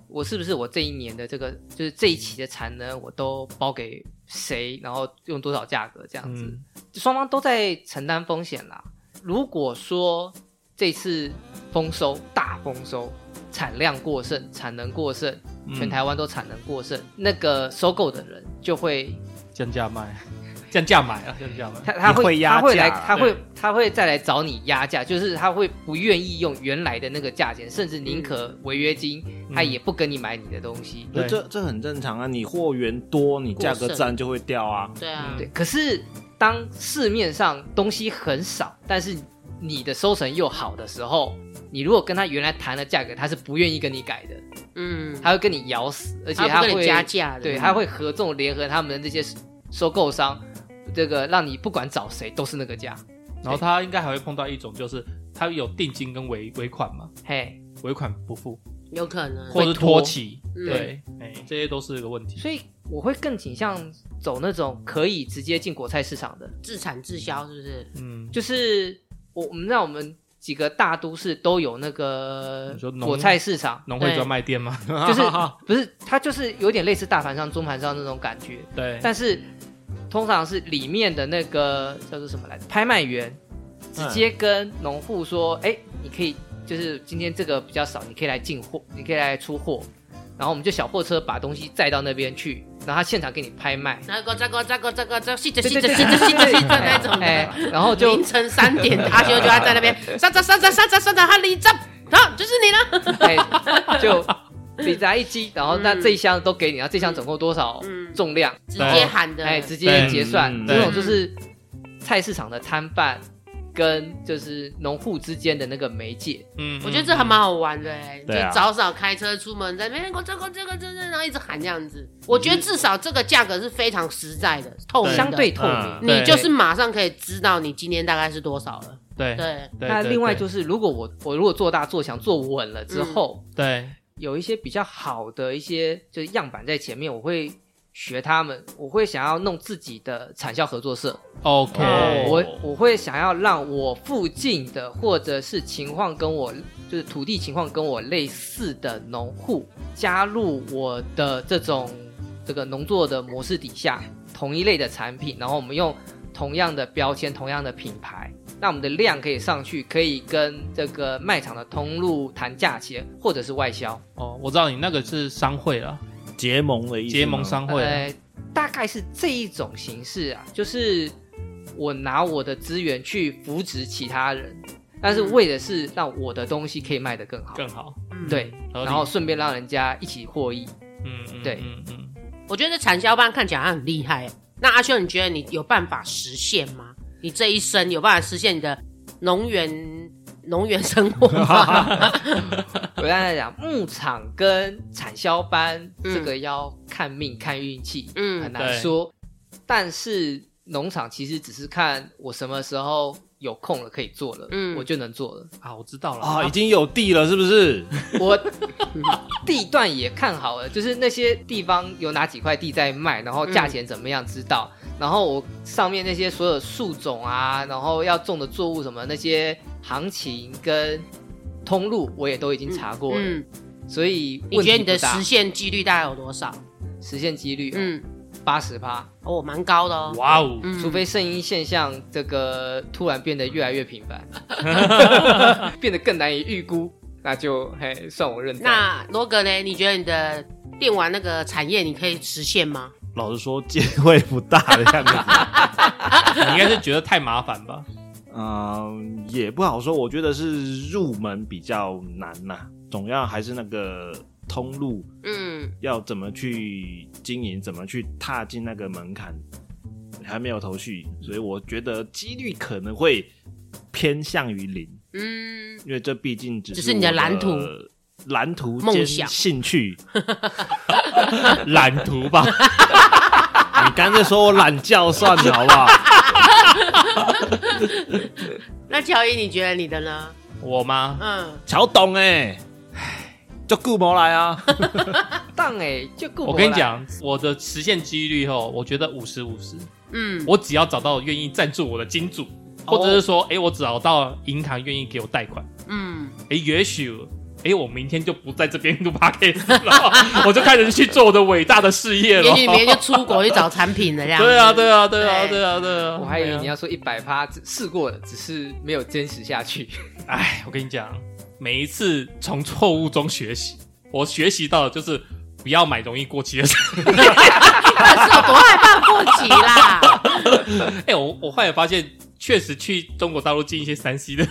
[SPEAKER 1] 我是不是我这一年的这个就是这一期的产能我都包给谁，然后用多少价格这样子，
[SPEAKER 4] 嗯
[SPEAKER 1] 双方都在承担风险啦。如果说这次丰收大丰收，产量过剩，产能过剩，全台湾都产能过剩，那个收购的人就会
[SPEAKER 4] 降价卖， 降价买啊，降价买，
[SPEAKER 1] 他他
[SPEAKER 2] 你会
[SPEAKER 1] 会
[SPEAKER 2] 压
[SPEAKER 1] 他会来
[SPEAKER 2] 价
[SPEAKER 1] 他会
[SPEAKER 4] 对
[SPEAKER 1] 他会再来找你压价，就是他会不愿意用原来的那个价钱，甚至宁
[SPEAKER 3] 嗯
[SPEAKER 1] 可违约金，他也不跟你买你的东西。
[SPEAKER 2] 那
[SPEAKER 4] 对
[SPEAKER 2] 这这很正常啊，你货源多，你价格
[SPEAKER 3] 过剩
[SPEAKER 2] 自然就会掉啊。
[SPEAKER 3] 对啊
[SPEAKER 4] 嗯，
[SPEAKER 1] 对，可是当市面上东西很少，但是你的收成又好的时候，你如果跟他原来谈的价格，他是不愿意跟你改的，
[SPEAKER 3] 嗯，
[SPEAKER 1] 他会跟你咬死，而且
[SPEAKER 3] 他不跟
[SPEAKER 1] 会
[SPEAKER 3] 你加价的，
[SPEAKER 1] 对，他会合纵联合他们的这些收购商，这个让你不管找谁都是那个价。
[SPEAKER 4] 然后他应该还会碰到一种就是他有定金跟尾尾款嘛，
[SPEAKER 1] 嘿，
[SPEAKER 4] 尾款不付，
[SPEAKER 3] 有可能，
[SPEAKER 4] 或
[SPEAKER 1] 会
[SPEAKER 4] 者是
[SPEAKER 1] 拖
[SPEAKER 4] 拖期，
[SPEAKER 3] 嗯
[SPEAKER 4] 对，哎，这些都是个问题。
[SPEAKER 1] 所以我会更倾向走那种可以直接进国菜市场的，
[SPEAKER 3] 自产自销是不是？
[SPEAKER 4] 嗯，
[SPEAKER 1] 就是我我们让我们几个大都市都有那个
[SPEAKER 4] 你说农
[SPEAKER 1] 果菜市场，
[SPEAKER 4] 农啊会
[SPEAKER 3] 对
[SPEAKER 4] 专卖店吗？
[SPEAKER 1] 就是不是它就是有点类似大盘商、中盘商那种感觉，
[SPEAKER 4] 对，
[SPEAKER 1] 但是通常是里面的那个叫做什么来着，拍卖员直接
[SPEAKER 4] 嗯
[SPEAKER 1] 跟农户说，哎、你可以就是今天这个比较少，你可以来进货，你可以来出货，然后我们就小货车把东西载到那边去，然后他现场给你拍卖。
[SPEAKER 3] 那个这个这个这个这细着
[SPEAKER 1] 对
[SPEAKER 3] 细
[SPEAKER 1] 对
[SPEAKER 3] 着
[SPEAKER 1] 对
[SPEAKER 3] 细着细着细着那种
[SPEAKER 1] 哎
[SPEAKER 3] 的。，
[SPEAKER 1] 然后 就
[SPEAKER 3] 凌晨三点，阿修就要在 那边上涨上涨上涨上涨，他离站，好，就是你了。
[SPEAKER 1] 哎就李砸一击，然后那这一箱都给你，然后这箱总共多少
[SPEAKER 3] 嗯，
[SPEAKER 1] 重量？
[SPEAKER 3] 直
[SPEAKER 4] 对
[SPEAKER 3] 接喊的，
[SPEAKER 1] 哎，直接结
[SPEAKER 2] 嗯
[SPEAKER 1] 算。
[SPEAKER 4] 对
[SPEAKER 1] 这种就是菜市场的摊贩跟就是农户之间的那个媒介。
[SPEAKER 4] 嗯，
[SPEAKER 3] 我觉得这还蛮好玩的哎、
[SPEAKER 2] 对啊
[SPEAKER 3] 就早早开车出门，在那边我这个这个这个，然后一直喊这样子。我觉得至少这个价格是非常实在的、透明的，
[SPEAKER 1] 嗯相对透
[SPEAKER 2] 嗯
[SPEAKER 1] 明。
[SPEAKER 3] 你就是马上可以知道你今天大概是多少了。
[SPEAKER 4] 嗯对
[SPEAKER 3] 对，
[SPEAKER 4] 对。
[SPEAKER 1] 那
[SPEAKER 4] 对
[SPEAKER 1] 另外
[SPEAKER 4] 对
[SPEAKER 1] 就是，如果我我如果做大做强做稳了之后，
[SPEAKER 4] 对，
[SPEAKER 1] 有一些比较好的一些就是样板在前面，我会学他们，我会想要弄自己的产销合作社。
[SPEAKER 4] OK，、
[SPEAKER 2] 哦
[SPEAKER 1] 我我会想要让我附近的或者是情况跟我就是土地情况跟我类似的农户加入我的这种这个农作的模式底下，同一类的产品，然后我们用同样的标签、同样的品牌，那我们的量可以上去，可以跟这个卖场的通路谈价钱，或者是外销，
[SPEAKER 4] 哦，我知道你那个是商会了，
[SPEAKER 2] 结盟的意思吗，
[SPEAKER 4] 结盟商会啊，
[SPEAKER 1] 呃，大概是这一种形式啊，就是我拿我的资源去扶植其他人，但是为的是让我的东西可以卖得更好，
[SPEAKER 4] 更好。
[SPEAKER 3] 嗯，
[SPEAKER 1] 对，
[SPEAKER 4] 合理
[SPEAKER 1] 然后顺便让人家一起获益。
[SPEAKER 4] 嗯，嗯
[SPEAKER 1] 对
[SPEAKER 4] 嗯嗯，
[SPEAKER 3] 我觉得产销班看起来好像很厉害欸。那阿修，你觉得你有办法实现吗？你这一生有办法实现你的农园 农园生活 吗？
[SPEAKER 1] 我刚才讲牧场跟产销班，
[SPEAKER 3] 嗯
[SPEAKER 1] 这个要看命看运气，
[SPEAKER 3] 嗯
[SPEAKER 1] 很难说。但是农场其实只是看我什么时候有空了可以做了，
[SPEAKER 3] 嗯
[SPEAKER 1] 我就能做了。
[SPEAKER 4] 啊，我知道了
[SPEAKER 2] 啊，已经有地了，是不是？
[SPEAKER 1] 我地段也看好了，就是那些地方有哪几块地在卖，然后
[SPEAKER 3] 嗯
[SPEAKER 1] 价钱怎么样知道，然后我上面那些所有树种啊，然后要种的作物什么那些行情跟通路我也都已经查过了，
[SPEAKER 3] 嗯，
[SPEAKER 1] 所以
[SPEAKER 3] 你
[SPEAKER 1] 问
[SPEAKER 3] 觉
[SPEAKER 1] 题
[SPEAKER 3] 得你的
[SPEAKER 1] 不大
[SPEAKER 3] 实。现几率大概有多少？
[SPEAKER 1] 实现几率嗯
[SPEAKER 3] 嗯，
[SPEAKER 1] 八十趴，
[SPEAKER 3] 哦，蛮高的哦。
[SPEAKER 4] 哇哦，
[SPEAKER 3] 嗯
[SPEAKER 1] 除非圣婴现象这个突然变得越来越频繁， 变得更难以预估，那就嘿算我认栽。
[SPEAKER 3] 那罗格呢？你觉得你的电玩那个产业你可以实现吗？
[SPEAKER 2] 老实说，机会不大的样子。
[SPEAKER 4] 你应该是觉得太麻烦吧？
[SPEAKER 2] 嗯，也不好说。我觉得是入门比较难呐、总要还是那个通路
[SPEAKER 3] 嗯，
[SPEAKER 2] 要怎么去经营，怎么去踏进那个门槛，还没有头绪。所以我觉得几率可能会偏向于零，
[SPEAKER 3] 嗯，
[SPEAKER 2] 因为这毕竟只
[SPEAKER 3] 只
[SPEAKER 2] 是
[SPEAKER 3] 是你的
[SPEAKER 2] 我
[SPEAKER 3] 蓝图。
[SPEAKER 2] 蓝图
[SPEAKER 3] 梦
[SPEAKER 2] 兼
[SPEAKER 3] 想
[SPEAKER 2] 兴 趣，
[SPEAKER 4] 懒图吧，
[SPEAKER 2] 你干脆说我懒觉算了，好不好？
[SPEAKER 3] 那乔伊，你觉得你的呢？
[SPEAKER 4] 我吗？
[SPEAKER 3] 嗯，
[SPEAKER 2] 乔董哎、就顾谋来啊，
[SPEAKER 1] 当哎就
[SPEAKER 3] 嗯
[SPEAKER 1] 够。
[SPEAKER 4] 我跟你，讲，我的实现几率哦，我觉得五十五十。
[SPEAKER 3] 嗯，
[SPEAKER 4] 我只要找到愿意赞助我的金主，
[SPEAKER 1] 哦
[SPEAKER 4] 或者是说，哎、我找到银行愿意给我贷款，
[SPEAKER 3] 嗯，
[SPEAKER 4] 哎、也许，哎、我明天就不在这边录 podcast 了，我就开始去做我的伟大的事业了。
[SPEAKER 3] 也许你明天就出国去找产品了，这样子。
[SPEAKER 4] 对啊，对啊，对啊，
[SPEAKER 3] 对
[SPEAKER 4] 对啊，对啊！
[SPEAKER 1] 哎我还以为你要
[SPEAKER 4] 要，
[SPEAKER 1] 说一百趴，只试过了，只是没有坚持下去。
[SPEAKER 4] 哎，我跟你讲，每一次从错误中学习，我学习到的就是不要买容易过期的 产品。
[SPEAKER 3] 到啊底是有哦多害怕过期啦？
[SPEAKER 4] 哎、我我后来发现，确实去中国大陆进一些三 C 的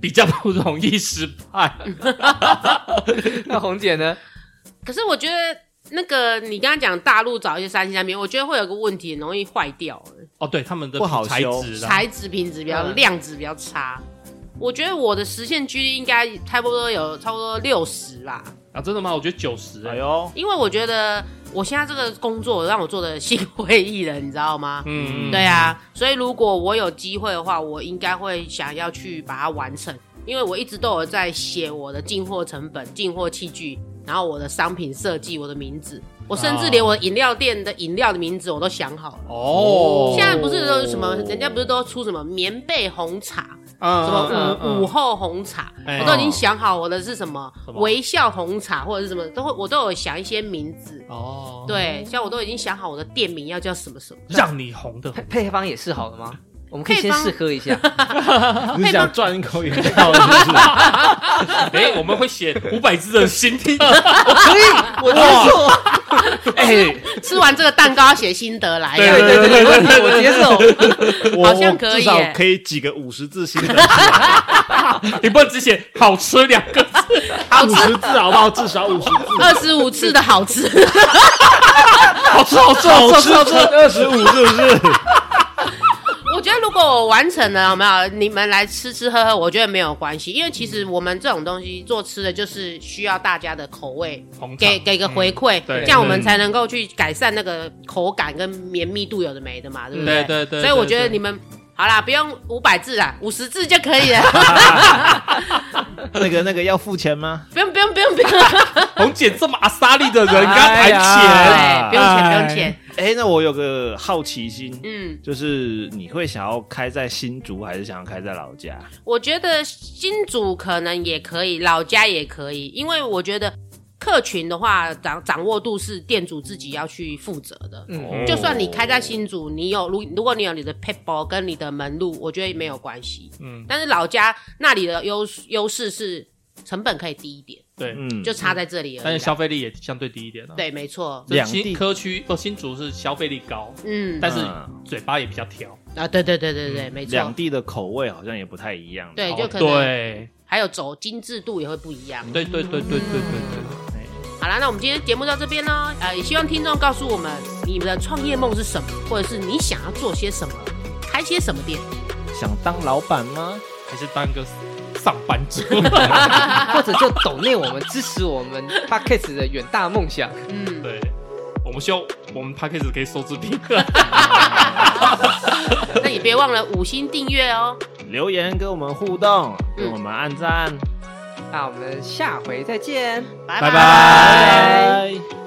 [SPEAKER 4] 比较不容易失败。
[SPEAKER 1] 嗯那红姐呢？
[SPEAKER 3] 可是我觉得那个你刚刚讲大陆找一些三星产品，我觉得会有个问题，很容易坏掉，欸
[SPEAKER 4] 哦，对，他们的
[SPEAKER 2] 不好
[SPEAKER 4] 材
[SPEAKER 2] 修
[SPEAKER 4] 质啦，
[SPEAKER 3] 材质品质比较
[SPEAKER 1] 嗯
[SPEAKER 3] 量质比较差。我觉得我的实现几率应该差不多有差不多六十吧，
[SPEAKER 4] 啊，真的吗？我觉得九十、
[SPEAKER 2] 哎
[SPEAKER 4] 哎，
[SPEAKER 2] 呦，
[SPEAKER 3] 因为我觉得我现在这个工作让我做的心灰意冷，你知道吗？
[SPEAKER 4] 嗯，
[SPEAKER 3] 对啊，所以如果我有机会的话，我应该会想要去把它完成，因为我一直都有在写我的进货成本、进货器具，然后我的商品设计、我的名字，我甚至连我饮料店的饮料的名字我都想好了。
[SPEAKER 4] 哦，
[SPEAKER 3] 现在不是都有什么，人家不是都出什么棉被红茶，
[SPEAKER 4] 嗯
[SPEAKER 3] 什么午午后红茶，
[SPEAKER 4] 哎哦
[SPEAKER 3] 我都已经想好我的是什么
[SPEAKER 4] 什么
[SPEAKER 3] 微笑红茶或者是什么，都会我都有想一些名字，
[SPEAKER 4] 哦，
[SPEAKER 3] 对，像我都已经想好我的店名要叫什么什么。
[SPEAKER 4] 让你红的
[SPEAKER 1] 配配方也试好了吗？我们可以
[SPEAKER 3] 配
[SPEAKER 1] 先
[SPEAKER 3] 方
[SPEAKER 1] 试喝一下。
[SPEAKER 2] 你是想啊赚一口饮 料是不是？
[SPEAKER 4] 哎，我们会写五百字的新听，
[SPEAKER 1] 可以，我接受。
[SPEAKER 2] 哎，
[SPEAKER 3] 吃完这个蛋糕要写心得来
[SPEAKER 1] 对
[SPEAKER 3] 呀。
[SPEAKER 1] 对对，没问题，我接受。
[SPEAKER 2] 我
[SPEAKER 3] 好像可以
[SPEAKER 2] 我至少
[SPEAKER 3] 耶
[SPEAKER 2] 可以几个五十字新 的，
[SPEAKER 4] 你不能只写好吃两个字，
[SPEAKER 3] 好
[SPEAKER 2] 五
[SPEAKER 3] 吃
[SPEAKER 2] 十字好不好？至少五十字，
[SPEAKER 3] 二十五次的好吃，
[SPEAKER 4] 好吃好吃好
[SPEAKER 2] 好
[SPEAKER 4] 吃，
[SPEAKER 2] 吃乘二十五是不是？
[SPEAKER 3] 我觉得如果我完成了，有没有？你们来吃吃喝喝，我觉得没有关系，因为其实我们这种东西做吃的，就是需要大家的口味，
[SPEAKER 4] 捧场
[SPEAKER 3] 给给个回馈，
[SPEAKER 4] 对
[SPEAKER 3] 这样我们才能够去改善那个口感跟绵密度，有的没的嘛，对不
[SPEAKER 4] 对
[SPEAKER 3] 对
[SPEAKER 4] 对对
[SPEAKER 3] 所以我
[SPEAKER 4] 对
[SPEAKER 3] 觉得
[SPEAKER 4] 对
[SPEAKER 3] 你们好啦，不用五百字啦，五十字就可以了，
[SPEAKER 2] 那个那个要付钱吗？
[SPEAKER 3] 不用不用不用不用，
[SPEAKER 4] 红姐这么阿莎丽的人，跟她
[SPEAKER 2] 哎
[SPEAKER 4] 谈钱，
[SPEAKER 2] 呀
[SPEAKER 3] 对，不用钱不用
[SPEAKER 4] 哎
[SPEAKER 3] 钱，
[SPEAKER 2] 哎，那我有个好奇心，
[SPEAKER 3] 嗯。
[SPEAKER 2] 就是你会想要开在新竹，还是想要开在老家？
[SPEAKER 3] 我觉得新主可能也可以，老家也可以，因为我觉得客群的话掌掌握度是店主自己要去负责的。
[SPEAKER 1] 嗯，
[SPEAKER 3] 就算你开在新竹，你有如如果你有你的 p a p e 跟你的门路，我觉得没有关系。
[SPEAKER 4] 嗯，
[SPEAKER 3] 但是老家那里的优优势是成本可以低一点，
[SPEAKER 4] 对，
[SPEAKER 2] 嗯，
[SPEAKER 3] 就差在这里而已啦。
[SPEAKER 4] 但是消费力也相对低一点了。，啊
[SPEAKER 3] 对，没错，
[SPEAKER 4] 这
[SPEAKER 2] 两
[SPEAKER 4] 新
[SPEAKER 2] 地
[SPEAKER 4] 科区不新竹是消费力高，
[SPEAKER 3] 嗯
[SPEAKER 4] 但是
[SPEAKER 2] 嗯
[SPEAKER 4] 嘴巴也比较挑，
[SPEAKER 3] 啊，对对对对对，没
[SPEAKER 2] 两
[SPEAKER 3] 错，
[SPEAKER 2] 地的口味好像也不太一样。
[SPEAKER 3] 对，
[SPEAKER 4] 哦
[SPEAKER 3] 哎就可能
[SPEAKER 4] 对
[SPEAKER 3] 还有走精致度也会不一样。
[SPEAKER 4] 对对对对对对对。
[SPEAKER 2] 哎
[SPEAKER 3] 好啦，那我们今天节目到这边喽。呃，也希望听众告诉我们你们的创业梦是什么，或者是你想要做些什么，开些什么店。
[SPEAKER 2] 想当老板吗？
[SPEAKER 4] 还是当个上班 族。
[SPEAKER 1] 或者就抖内我们支持我们 Pockets 的远大梦想。
[SPEAKER 3] 嗯，
[SPEAKER 4] 对，我们希望我们 p a c k a g e 可以收支平衡。
[SPEAKER 3] 那也别忘了五星订阅哦。
[SPEAKER 2] 留言跟我们互动，跟
[SPEAKER 3] 嗯
[SPEAKER 2] 我们按赞，
[SPEAKER 1] 那我们下回再见。
[SPEAKER 3] 拜
[SPEAKER 4] 拜
[SPEAKER 2] 拜拜